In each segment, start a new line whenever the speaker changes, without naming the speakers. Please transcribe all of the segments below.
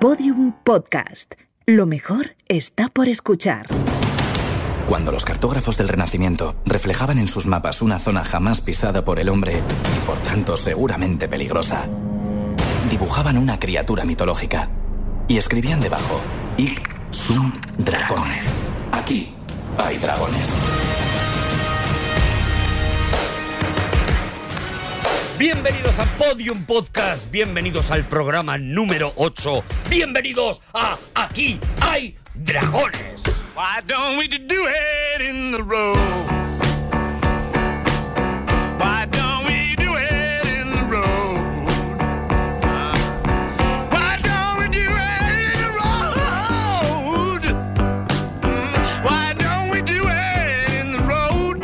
Podium Podcast. Lo mejor está por escuchar.
Cuando los cartógrafos del Renacimiento reflejaban en sus mapas una zona jamás pisada por el hombre y por tanto seguramente peligrosa, dibujaban una criatura mitológica y escribían debajo: Ic sunt dragones. Aquí hay dragones.
Bienvenidos a Podium Podcast, bienvenidos al programa número 8, bienvenidos a Aquí hay dragones.
Why don't we do it in the road? Why don't we do it in the road? Why don't we do it in the road? Mm, Why don't we do it in the road?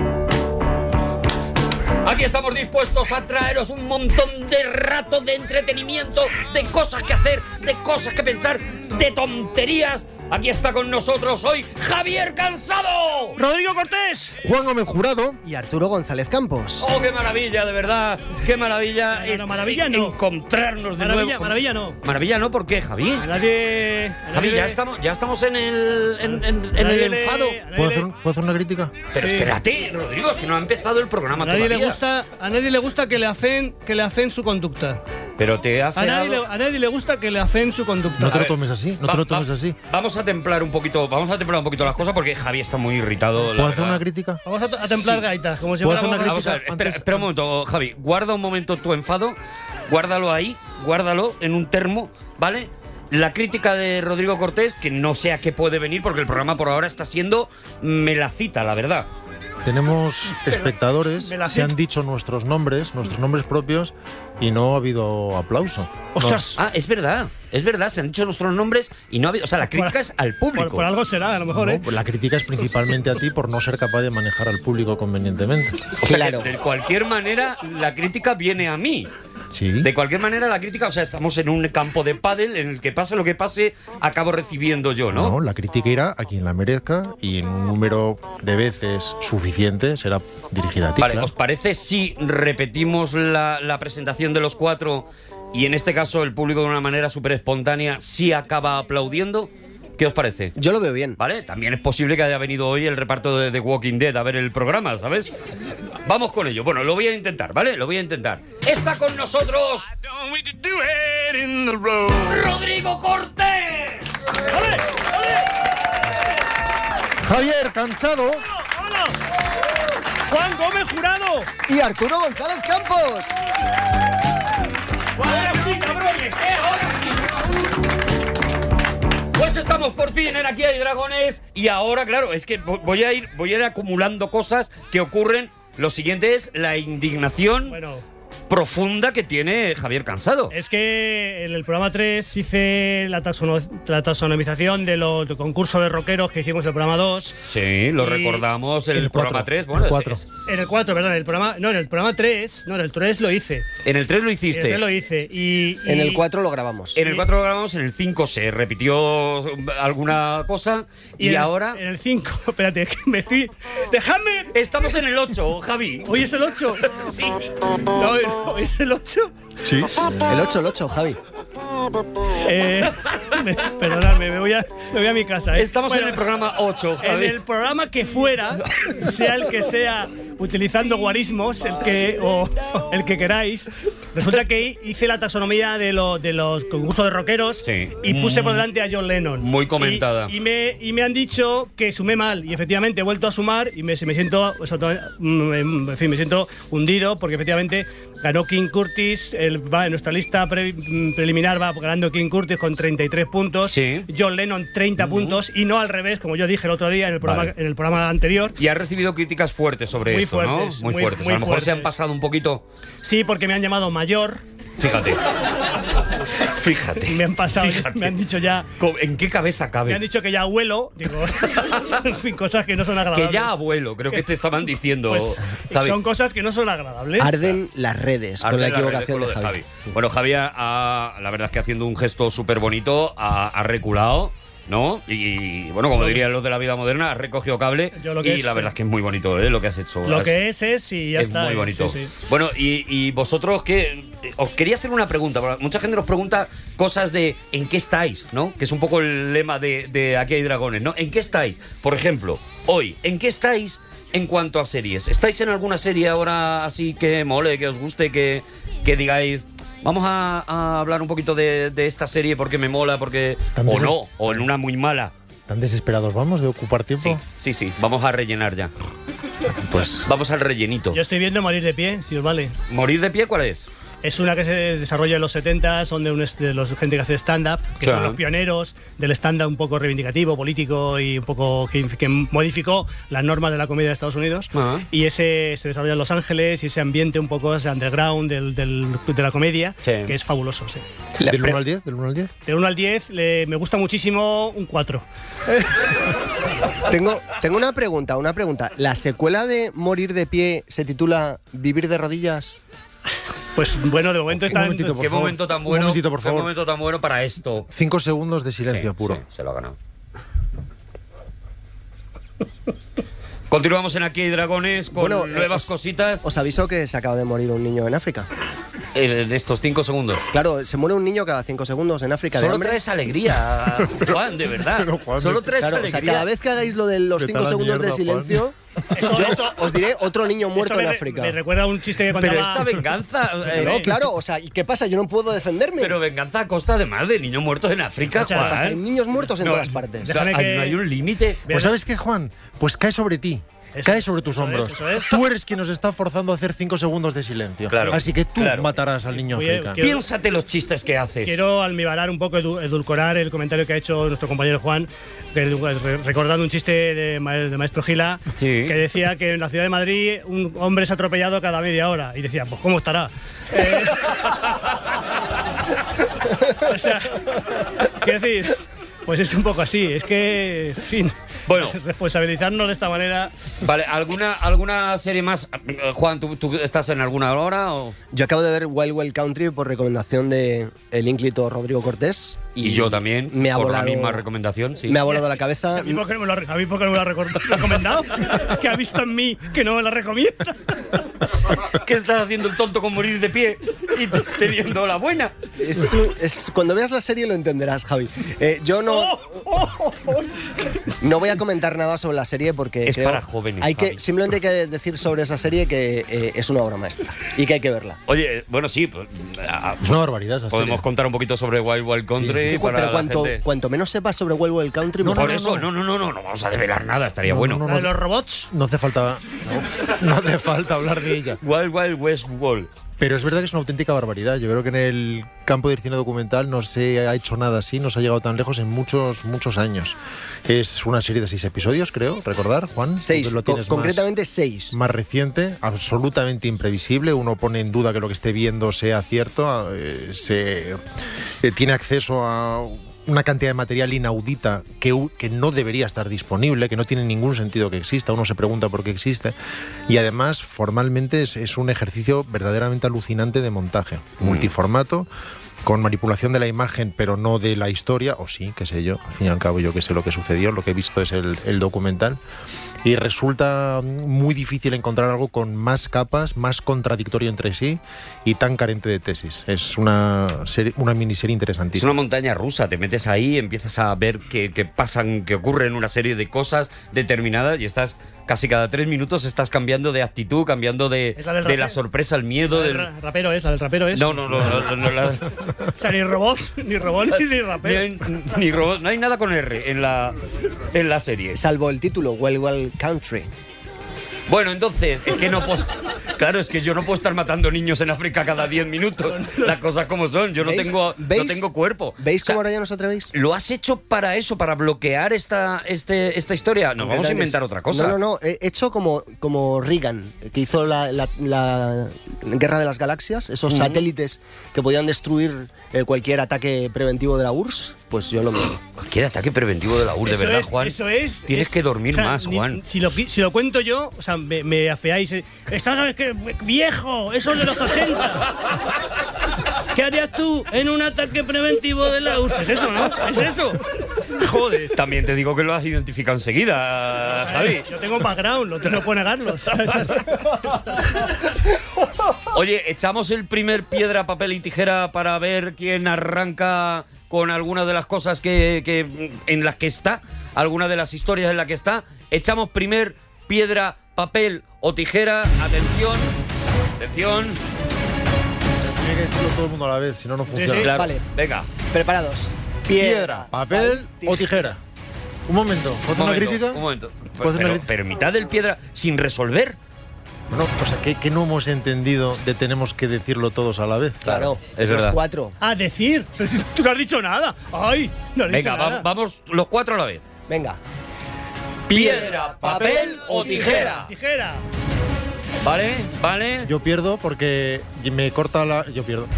Aquí estamos dispuestos a traeros un montón de rato de entretenimiento, de cosas que hacer, de cosas que pensar, de tonterías. Aquí está con nosotros hoy Javier Cansado.
Rodrigo Cortés.
Juan Gómez Jurado y Arturo González Campos.
Oh, qué maravilla, de verdad, qué maravilla.
No, no,
es-
maravilla no.
Encontrarnos de
Maravilla,
nuevo. con-
maravilla no.
Maravilla no, ¿por qué, Javi?
A nadie.
Javi,
a nadie
ya
le-
estamos, ya estamos en el, en, en- en
a nadie
el
le-
enfado.
a nadie
¿Puedo
le-
hacer, Pues un- puedo hacer una crítica?
Pero
Sí.
espérate, Rodrigo, es que no ha empezado el programa
a nadie le
todavía.
gusta, a nadie le gusta que le hacen, que le hacen su conducta.
Pero te hace
A nadie, le, a nadie le gusta que le hacen su conducta.
No te
ver.
lo tomes así, no
Va-
te lo
va-
tomes así.
Vamos a templar un poquito, vamos a templar un poquito las cosas porque Javi está muy irritado. la
¿Puedo hacer
verdad.
una crítica?
Vamos a, t- a templar gaitas, como si
¿Puedo
fuéramos-
hacer una
Vamos a ver, espera,
Antes-
espera un momento, Javi. Guarda un momento tu enfado, guárdalo ahí, guárdalo en un termo, ¿vale? La crítica de Rodrigo Cortés, que no sé a qué puede venir porque el programa por ahora está siendo melacita, la verdad.
Tenemos espectadores,
me la
se han
cito.
dicho nuestros nombres, nuestros nombres propios, y no ha habido aplauso.
¡Ostras!
Ah, es verdad, es verdad, se han dicho nuestros nombres y no ha habido. O sea, la crítica es al público.
Por, por algo será, a lo
No,
mejor,
no,
¿eh?
pues la crítica es principalmente a ti por no ser capaz de manejar al público convenientemente.
O sea, que de cualquier manera, la crítica viene a mí.
Sí.
De cualquier manera, la crítica, o sea, estamos en un campo de pádel en el que pase lo que pase, acabo recibiendo yo, ¿no?
No, la crítica irá a quien la merezca y en un número de veces suficiente será dirigida a ti.
Vale,
claro.
¿os parece si repetimos la, la presentación de los cuatro y en este caso el público de una manera súper espontánea sí acaba aplaudiendo? ¿Qué os parece?
Yo lo veo bien.
Vale, también es posible que haya venido hoy el reparto de The Walking Dead a ver el programa, ¿sabes? Vamos con ello. Bueno, lo voy a intentar, ¿vale? Lo voy a intentar. Está con nosotros
Why don't we do it in the road?
Rodrigo Cortés.
Javier Cansado
¡Hola!
pues-
¡Juan Gómez Jurado!
Y Arturo González Campos.
¡Ahora sí, cabrones! ¡Eh, ahora sí! Pues estamos por fin en Aquí hay Dragones y ahora, claro, es que vo- voy a ir, voy a ir acumulando cosas que ocurren. Lo siguiente es la indignación
Bueno,
profunda que tiene Javier Cansado.
es que en el programa 3 hice la, taxono- la taxonomización de los del concurso de rockeros que hicimos en el programa 2.
Sí, lo
y-
recordamos en el,
el
programa
cuatro,
3. Bueno,
el
es-
cuatro.
es-
En el 4, perdón, en el programa. No, en el programa 3. No, en el 3 lo hice.
en el 3 lo
En el
hiciste.
3 lo hice. Y, y-
En el 4 lo grabamos.
En el 4 lo grabamos, en el 5 se repitió alguna cosa y,
en el-
ahora
En el 5, espérate, que me estoy. ¡Dejadme!
estamos en el 8, Javi.
Hoy es el 8.
Sí.
No, no, hoy es el 8.
Sí.
El 8, el 8, Javi.
Eh, me- perdonadme, me voy, a, me voy a mi casa. eh.
Estamos
Bueno,
en el programa 8,
En
Javi.
el programa que fuera, sea el que sea, utilizando guarismos, el que, o el que queráis, resulta que hice la taxonomía de, lo- de los concursos de rockeros
Sí.
y puse por
Mm.
delante a John Lennon.
Muy
Y-
comentada.
Y, me, y me han dicho que sumé mal, y efectivamente he vuelto a sumar y me, se- me siento, o sea, to- mm, en fin, me siento hundido porque efectivamente ganó King Curtis, el- va en nuestra lista pre- mm, preliminar va ganando King Curtis con 33 puntos,
Sí.
John Lennon 30 puntos y no al revés, como yo dije el otro día en el programa,
Vale.
en el programa anterior.
Y ha recibido críticas fuertes sobre
Muy
esto,
fuertes,
¿no? Muy,
muy-
fuertes.
muy
a lo mejor se han
fuertes.
pasado un poquito.
Sí, porque me han llamado mayor,
Fíjate.
y
Fíjate.
me han pasado, me han dicho ya,
Co- ¿En qué cabeza
me han
cabe?
dicho que ya abuelo, digo, en fin, cosas que no son agradables.
Que ya abuelo, creo que te estaban diciendo.
Pues,
Javi.
son cosas que no son agradables.
Arden las redes
Arde
con la
las redes
equivocación
con lo
de Javi.
Bueno, Javi, ha- ha- la verdad es que haciendo un gesto súper bonito, ha, ha reculado. ¿no? Y, y, bueno, como dirían los de la vida moderna, has recogido cable
Yo lo que
y
es-
la verdad es que es muy bonito ¿eh? lo que has hecho.
Lo
Has-
que es es y ya
es
está.
muy
eh,
bonito.
sí, sí.
Bueno, y, y vosotros que os quería hacer una pregunta. porque Mucha gente nos pregunta cosas de en qué estáis, ¿no? Que es un poco el lema de, de aquí hay dragones, ¿no? ¿En qué estáis? Por ejemplo, hoy, ¿en qué estáis en cuanto a series? ¿Estáis en alguna serie ahora así que mole, que os guste, que, que digáis? Vamos a, a hablar un poquito de, de esta serie porque me mola, porque.
También
O
es-
no, o en una muy mala.
¿Tan desesperados vamos de ocupar tiempo?
Sí, sí, sí. Vamos a rellenar ya.
Pues
Vamos al rellenito.
Yo estoy viendo morir de pie, si os vale.
¿Morir de pie cuál es?
Es una que se desarrolla en los 70, son de, un, es- de los gente que hace stand-up, que
Claro.
son los pioneros del stand-up un poco reivindicativo, político y un poco que, que modificó las normas de la comedia de Estados Unidos.
Ajá.
Y ese se desarrolla en Los Ángeles y ese ambiente un poco ese underground del, del- de la comedia,
Sí.
que es fabuloso. Sí.
del 1 al 10, del 1 al 10.
Del 1 al 10 le- me gusta muchísimo un 4.
Tengo, tengo una pregunta, una pregunta. ¿La secuela de Morir de Pie se titula Vivir de Rodillas?
Pues bueno, de momento
Un
está...
momentito, por
qué
favor.
momento tan
Un
bueno.
momentito, por
qué
favor.
momento tan bueno para esto.
Cinco segundos de silencio
Sí,
puro.
sí, se lo ha ganado. Continuamos en Aquí hay Dragones con
Bueno, eh,
nuevas
os-
cositas
Os aviso que se acaba de morir un niño en África.
eh, de estos cinco segundos.
Claro, se muere un niño cada cinco segundos en África. de
Solo
hambre.
traes alegría, Juan, de verdad.
Pero, Juan,
Solo
de-
traes
Claro, o
alegría.
sea, cada vez que hagáis lo de los
Vete a
cinco
la
segundos de
mierda,
silencio, yo os diré otro niño muerto
Esto
en
me-
África.
Me recuerda a un chiste que contaba...
Pero esta venganza. eh,
No, claro, o sea, ¿y qué pasa? Yo no puedo defenderme.
Pero venganza a costa además de niños muertos en África,
Escucha,
O sea, hay
Juan.
niños muertos en
No,
todas partes.
o sea,
Déjame que-
No hay un límite.
Pues ¿sabes qué, Juan? Pues cae sobre ti.
Eso
cae
es,
sobre tus
eso es,
hombros.
eso es.
Tú eres quien nos está forzando a hacer cinco segundos de silencio.
Claro,
Así que tú
claro.
matarás al niño
Oye,
africano.
quiero-
Piénsate los chistes que haces.
Quiero almibarar un poco, edu- edulcorar el comentario que ha hecho nuestro compañero Juan, del- re- recordando un chiste de, ma- de Maestro Gila,
Sí.
que decía que en la ciudad de Madrid un hombre es atropellado cada media hora. Y decía, pues ¿cómo estará? Eh, o sea, ¿qué decir? Pues es un poco así, es que, en fin,
Bueno.
responsabilizarnos de esta manera.
Vale, ¿alguna, alguna serie más? Eh, Juan, ¿tú, tú estás en alguna hora? O?
Yo acabo de ver Wild Wild Country por recomendación de el ínclito Rodrigo Cortés.
Y yo también,
Me ha
por
volado,
la misma recomendación, sí.
Me ha volado la cabeza.
¿A mí por qué no me lo ha re- a mí por qué no me lo ha recor- recomendado? ¿Qué ha visto en mí que no me la recomienda?
¿Qué estás haciendo el tonto con morir de pie y teniendo la buena?
Es un- es- cuando veas la serie lo entenderás, Javi. Eh, yo no. No voy a comentar nada sobre la serie porque.
Es
creo-
para jóvenes,
Hay que,
Javi.
simplemente hay que decir sobre esa serie que eh, es una obra maestra y que hay que verla.
Oye, bueno, sí, pues, ah,
Es una barbaridad esa
podemos
serie.
contar un poquito sobre Wild Wild Country.
Es que cu-
para
pero
la
cuanto,
gente.
cuanto menos sepas sobre Wild Wild Country,
Por
mejor.
eso, no, no, no, no, no vamos a develar nada, estaría
No,
bueno.
no,
¿La de los robots?
No hace falta. No, no hace falta hablar de ella.
Wild Wild West Wall.
Pero es verdad que es una auténtica barbaridad. Yo creo que en el campo del cine documental no se ha hecho nada así, no se ha llegado tan lejos en muchos, muchos años. Es una serie de seis episodios, creo, recordar, Juan.
Seis,
Tú lo
co-
tienes más-
concretamente seis.
más reciente, absolutamente imprevisible. Uno pone en duda que lo que esté viendo sea cierto. eh, se eh, tiene acceso a una cantidad de material inaudita que, u- que no debería estar disponible, que no tiene ningún sentido que exista. Uno se pregunta por qué existe. Y además, formalmente es, es un ejercicio verdaderamente alucinante de montaje, multiformato. Con manipulación de la imagen, pero no de la historia, o sí, qué sé yo. Al fin y al cabo, yo qué sé lo que sucedió, lo que he visto es el- el documental y resulta muy difícil encontrar algo con más capas, más contradictorio entre sí y tan carente de tesis. Es una, serie- una miniserie
Es una
interesantísima.
montaña rusa, te metes ahí, empiezas a ver que, que pasan, que ocurren una serie de cosas determinadas y estás casi cada tres minutos estás cambiando de actitud, cambiando de,
Es la del
de la
rapero.
sorpresa al miedo.
La del
del-
ra- rapero es, la del rapero es.
No, no, no, no, no, no, la-
O sea, ni robots, ni robot, ni, ni
ni,
rapero.
hay, ni robot- no hay nada con R en la, en la serie.
Salvo el título, Wild Wild Country.
Bueno, entonces, es que no puedo... Claro, es que yo no puedo estar matando niños en África cada 10 minutos. Las cosas como son, yo no
¿Veis?
tengo, no
¿Veis?
tengo cuerpo.
¿Veis
O sea,
cómo ahora ya nos atrevéis?
¿Lo has hecho para eso, para bloquear esta, este, esta historia? Nos vamos a inventar otra cosa.
No, no, no. He hecho como, como Reagan, que hizo la, la- la Guerra de las Galaxias, esos satélites que podían destruir eh, cualquier ataque preventivo de la URSS. Pues yo lo mismo.
Cualquier ataque preventivo de la UR, de
Eso
verdad,
es,
Juan.
Eso es.
Tienes
es-
que dormir
o sea,
más,
ni-
Juan.
Si lo, qui- si lo cuento yo, o sea, me, me afeáis. eh, Estás, ¿sabes qué? Viejo, eso es de los 80. ¿Qué harías tú en un ataque preventivo de la URSS? ¿Es eso, no? ¿Es eso? Joder.
También te digo que lo has identificado enseguida, Javi.
Yo tengo background, no, te- no puedo negarlo. ¿sabes?
Oye, echamos el primer piedra, papel y tijera para ver quién arranca con alguna de las cosas que, que- en las que está, alguna de las historias en las que está. Echamos primer piedra, papel o tijera. Atención, atención.
Tiene que decirlo todo el mundo a la vez, si no, no funciona.
sí.
Claro,
vale.
Venga.
Preparados.
Piedra, papel o tijera. Un momento,
un
¿puedo hacer una
momento,
crítica?
Un momento.
¿Puedo
Pero,
hacer una
pero,
crítica?
mitad del piedra sin resolver.
No, o sea, que, que no hemos entendido de tenemos que decirlo todos a la vez.
Claro,
es
los
verdad.
cuatro.
A decir. Tú no has dicho nada. Ay, no has
Venga,
dicho
va-
nada.
vamos los cuatro a la vez.
Venga.
Piedra, papel o tijera.
Tijera.
Vale, vale.
Yo pierdo porque me corta la. Yo pierdo.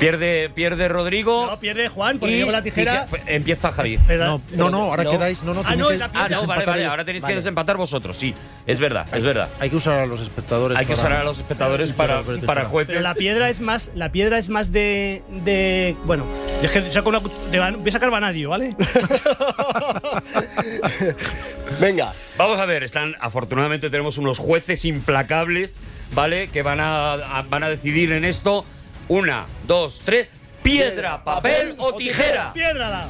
Pierde, pierde Rodrigo.
No, pierde Juan,
Oh. Y
porque yo con la tijera.
tije- pues empieza Javi.
Espera.
No, no, no, ahora
no.
quedáis. No, no,
Ah,
tenéis
no,
que
la-
Ah, no, vale,
desempatar
vale.
ellos.
Ahora tenéis que
Vale.
desempatar vosotros, sí. Es verdad, es verdad.
Hay que usar a los espectadores.
Hay que usar
para-
a los espectadores para,
Espera, espera,
para
espera.
Pero
jueces.
la piedra es más, la piedra es más de, de bueno, es que saco una, cuch- de van- voy a sacar vanadio, ¿vale?
Venga.
Vamos a ver, están, afortunadamente tenemos unos jueces implacables, ¿vale? Que van a, a- van a decidir en esto. Una, dos, tres. Piedra, papel o tijera.
Piedra la.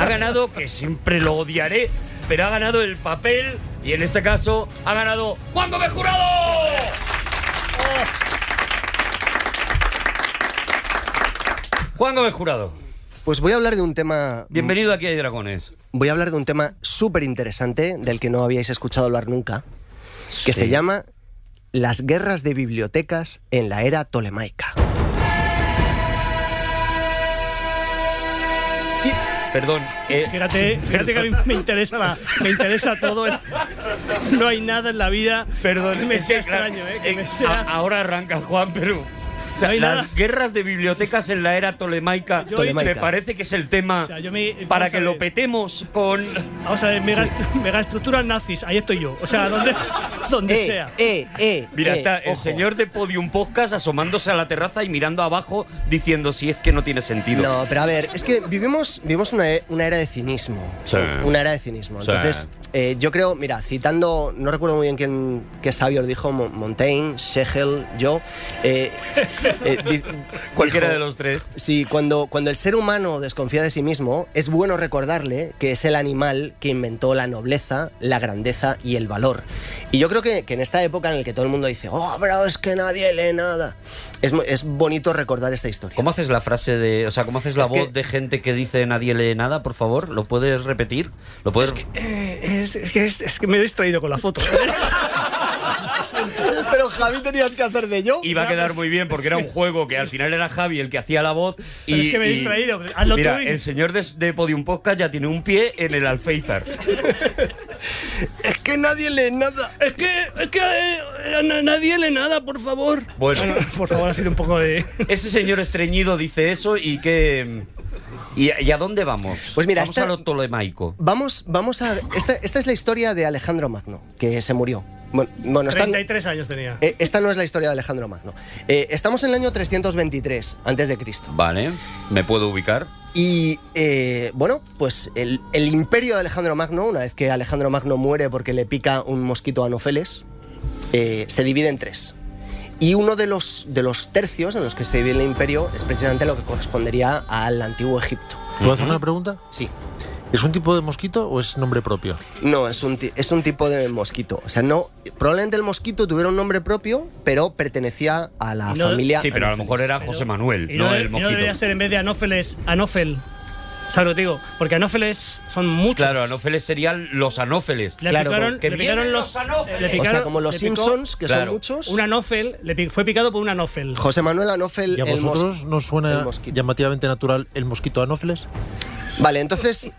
Ha ganado, que siempre lo odiaré, pero ha ganado el papel y en este caso ha ganado Juan Gómez Jurado. Oh. Juan Gómez Jurado,
Pues voy a hablar de un tema.
bienvenido aquí a Hay Dragones.
Voy a hablar de un tema súper interesante del que no habíais escuchado hablar nunca, que se llama Las guerras de bibliotecas en la era tolemaica.
Perdón, eh,
Fíjate, fíjate que a mí me interesa la, me interesa todo. el- no hay nada en la vida. que me
es que,
sea
claro,
extraño, eh, que
eh,
me
a-
sea.
ahora arranca Juan, pero o sea,
No hay
las
nada.
guerras de bibliotecas en la era tolemaica,
Yo-
me
Tolemaica.
parece que es el tema
O sea, yo me-
para
vamos a
que lo
ver.
petemos con
Vamos a ver, mega, megaestructuras nazis, ahí estoy yo. O sea, donde, donde
eh,
sea.
eh, eh,
Mira,
eh,
está el
ojo.
señor de Podium Podcast asomándose a la terraza y mirando abajo diciendo si es que no tiene sentido.
No, pero a ver, es que vivimos, vivimos una, e- una era de cinismo.
Sí.
Una era de cinismo.
Sí.
Entonces, eh, yo creo, mira, citando, no recuerdo muy bien quién, qué sabio lo dijo, Mo- Montaigne, Schegel, yo. eh, eh, di-
Cualquiera
dijo-
de los tres.
Sí, cuando, cuando el ser humano desconfía de sí mismo, es bueno recordarle que es el animal que inventó la nobleza, la grandeza y el valor. Y yo creo que, que en esta época en la que todo el mundo dice, oh, pero es que nadie lee nada, es, mo- es bonito recordar esta historia.
¿Cómo haces la frase de, o sea, cómo haces la
Es
voz
que-
de gente que dice nadie lee nada, por favor? ¿Lo puedes repetir? ¿Lo puedes
Eh, es, es que es- es que me he distraído con la foto.
Pero Javi tenías que hacer de yo.
Iba a quedar muy bien porque era un juego que al final era Javi el que hacía la voz y
Pero es que me he
y-
distraído. pues, Hazlo tú
Mira,
y-
el señor de, de Podium Podcast ya tiene un pie en el alféizar.
Es que nadie lee nada.
Es que, es que eh, na- nadie lee nada, por favor.
Bueno,
Por favor, ha sido un poco de.
ese señor estreñido dice eso y que y, y a dónde vamos?
Pues mira,
vamos
esta-
a lo tolemaico.
Vamos, vamos a. Esta, esta es la historia de Alejandro Magno, que se murió. Bueno, bueno está-
33 años tenía.
eh, esta no es la historia de Alejandro Magno. Eh, estamos en el año 323 antes de Cristo.
Vale, me puedo ubicar.
Y eh, bueno, pues el, el imperio de Alejandro Magno, una vez que Alejandro Magno muere porque le pica un mosquito a Nofeles, eh, se divide en tres. Y uno de los, de los tercios en los que se divide el imperio es precisamente lo que correspondería al antiguo Egipto.
¿Puedo hacer una pregunta?
Sí.
¿Es un tipo de mosquito o es nombre propio?
No, es un, ti- es un tipo de mosquito. O sea, no. Probablemente el mosquito tuviera un nombre propio, pero pertenecía a la
Y no-
familia.
Sí, pero a lo mejor
Anófeles.
era José Manuel,
Y
no,
de-
el
y no debería
mosquito.
ser en vez de Anófeles, Anófel. ¿Sabes lo que te digo? Porque Anófeles son muchos.
Claro, anófeles serían los anófeles.
Le
Claro,
picaron,
que
le
vienen
picaron
los
los.
Anófeles.
le
O
picaron-
sea, como los
le picó
Simpsons, que
claro.
son muchos.
Un Anófel le pi- fue picado por un Anófel.
José Manuel Anofel,
¿Y a
el mos-
vosotros nos suena
el mosquito.
llamativamente natural el mosquito anófeles?
Vale, entonces.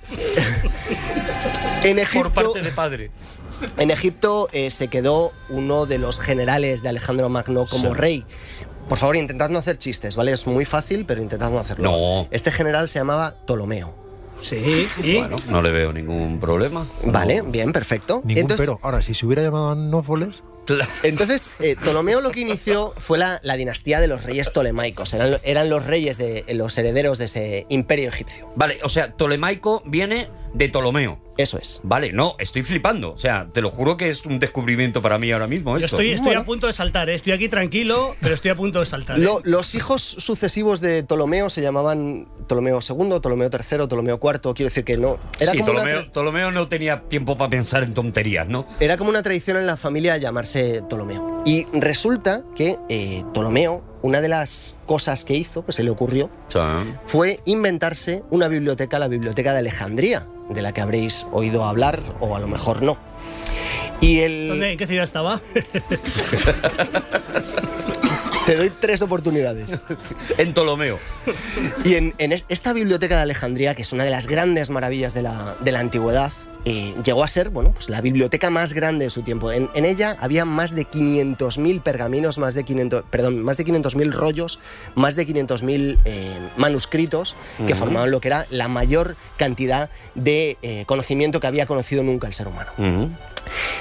en Egipto,
Por parte de padre.
en Egipto eh, se quedó uno de los generales de Alejandro Magno como
Sí.
rey. Por favor, intentad no hacer chistes, ¿vale? Es muy fácil, pero intentad no hacerlo.
No.
Este general se llamaba Ptolomeo.
Sí, sí.
Bueno, no le veo ningún problema.
Vale, bien, perfecto.
Ningún
Entonces-
pero. Ahora, si se hubiera llamado anófeles,
Claro.
Entonces, eh, Ptolomeo lo que inició fue la, la dinastía de los reyes ptolemaicos. Eran, lo- eran los reyes, de, los herederos de ese imperio egipcio.
Vale, o sea, Ptolemaico viene de Ptolomeo.
Eso es.
Vale, no, estoy flipando. O sea, te lo juro que es un descubrimiento para mí ahora mismo.
Yo
Esto.
estoy, estoy
Bueno.
a punto de saltar, ¿eh? estoy aquí tranquilo, pero estoy a punto de saltar. ¿eh?
Lo- los hijos sucesivos de Ptolomeo se llamaban Ptolomeo II, Ptolomeo III, Ptolomeo IV. Quiero decir que no. Era,
sí,
como una
Ptolomeo,
tra-
Ptolomeo no tenía tiempo para pensar en tonterías, ¿no?
era como una tradición en la familia llamarse Ptolomeo. Y resulta que eh, Ptolomeo, una de las cosas que hizo, que se le ocurrió, fue inventarse una biblioteca, la Biblioteca de Alejandría, de la que habréis oído hablar o a lo mejor no. Y
¿Dónde,
el...
¿En qué ciudad estaba?
Te doy tres oportunidades.
En Ptolomeo.
Y en, en es- esta biblioteca de Alejandría, que es una de las grandes maravillas de la, de la antigüedad, eh, llegó a ser bueno, pues la biblioteca más grande de su tiempo. En, en ella había más de 500.000 pergaminos, más de 500, perdón, más de 500.000 rollos, más de 500.000 eh, manuscritos que formaban lo que era la mayor cantidad de eh, conocimiento que había conocido nunca el ser humano.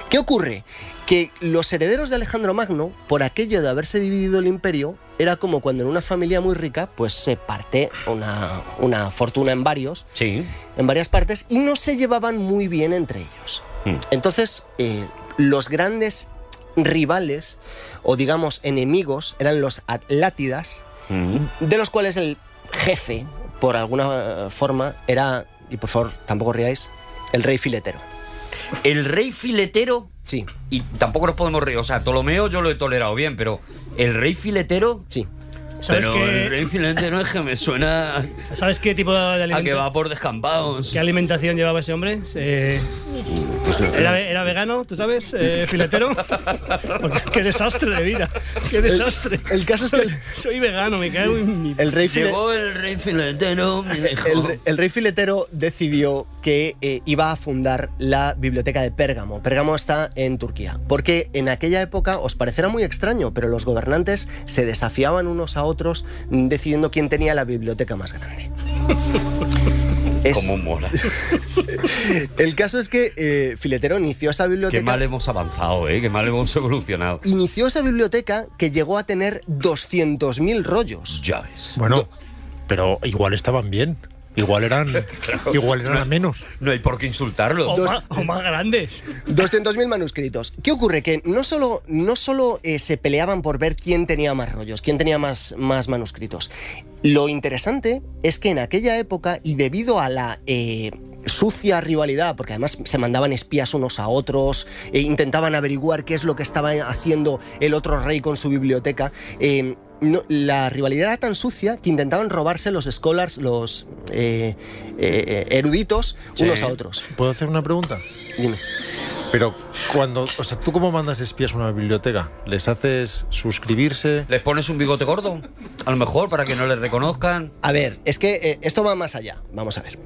¿Qué ocurre? Que los herederos de Alejandro Magno, por aquello de haberse dividido el imperio, era como cuando en una familia muy rica, pues se parte una, una fortuna en varios,
Sí.
en varias partes, y no se llevaban muy bien entre ellos.
Mm.
Entonces, eh, los grandes rivales, o digamos enemigos, eran los atlátidas, de los cuales el jefe, por alguna eh, forma, era, y por favor, tampoco riáis, el rey filetero.
El rey filetero,
Sí,
y tampoco nos podemos reír. O sea, Ptolomeo yo lo he tolerado bien, pero el rey filetero.
sí.
¿Sabes
pero
qué-
el rey filetero es que me suena a
¿Sabes qué tipo de
que
alimento-
va por descampados.
¿Qué alimentación llevaba ese hombre? Eh, ¿era, ve- era vegano, tú sabes? Eh, ¿Filetero? Porque- ¡Qué desastre de vida! ¡Qué desastre!
el caso es que el-
Soy vegano, me cago en mi...
El rey, file-
Llegó el rey filetero, me dejó.
el re- el rey filetero decidió que eh, iba a fundar la biblioteca de Pérgamo. Pérgamo está en Turquía. Porque en aquella época os parecerá muy extraño, pero los gobernantes se desafiaban unos a otros mm, decidiendo quién tenía la biblioteca más grande. Es-
Como mola.
el caso es que eh, Filetero inició esa biblioteca.
Qué mal em- hemos avanzado, ¿eh? Qué mal hemos evolucionado.
Inició esa biblioteca que llegó a tener 200.000 rollos.
Ya ves.
Bueno, pero igual estaban bien. Igual eran, igual eran a menos.
No hay por qué insultarlo.
O, más, o más grandes.
200.000 manuscritos. ¿Qué ocurre? Que no solo, no solo eh, se peleaban por ver quién tenía más rollos, quién tenía más, más manuscritos. Lo interesante es que en aquella época, y debido a la eh, sucia rivalidad, porque además se mandaban espías unos a otros, e intentaban averiguar qué es lo que estaba haciendo el otro rey con su biblioteca, eh, no- la rivalidad era tan sucia que intentaban robarse los scholars, los eh, eh, eruditos, unos
Sí.
a otros.
¿Puedo hacer una pregunta?
Dime.
Pero cuando, o sea, ¿tú cómo mandas espías a una biblioteca? ¿Les haces suscribirse?
¿Les pones un bigote gordo? A lo mejor, para que no les reconozcan.
A ver, es que eh, esto va más allá. Vamos a ver.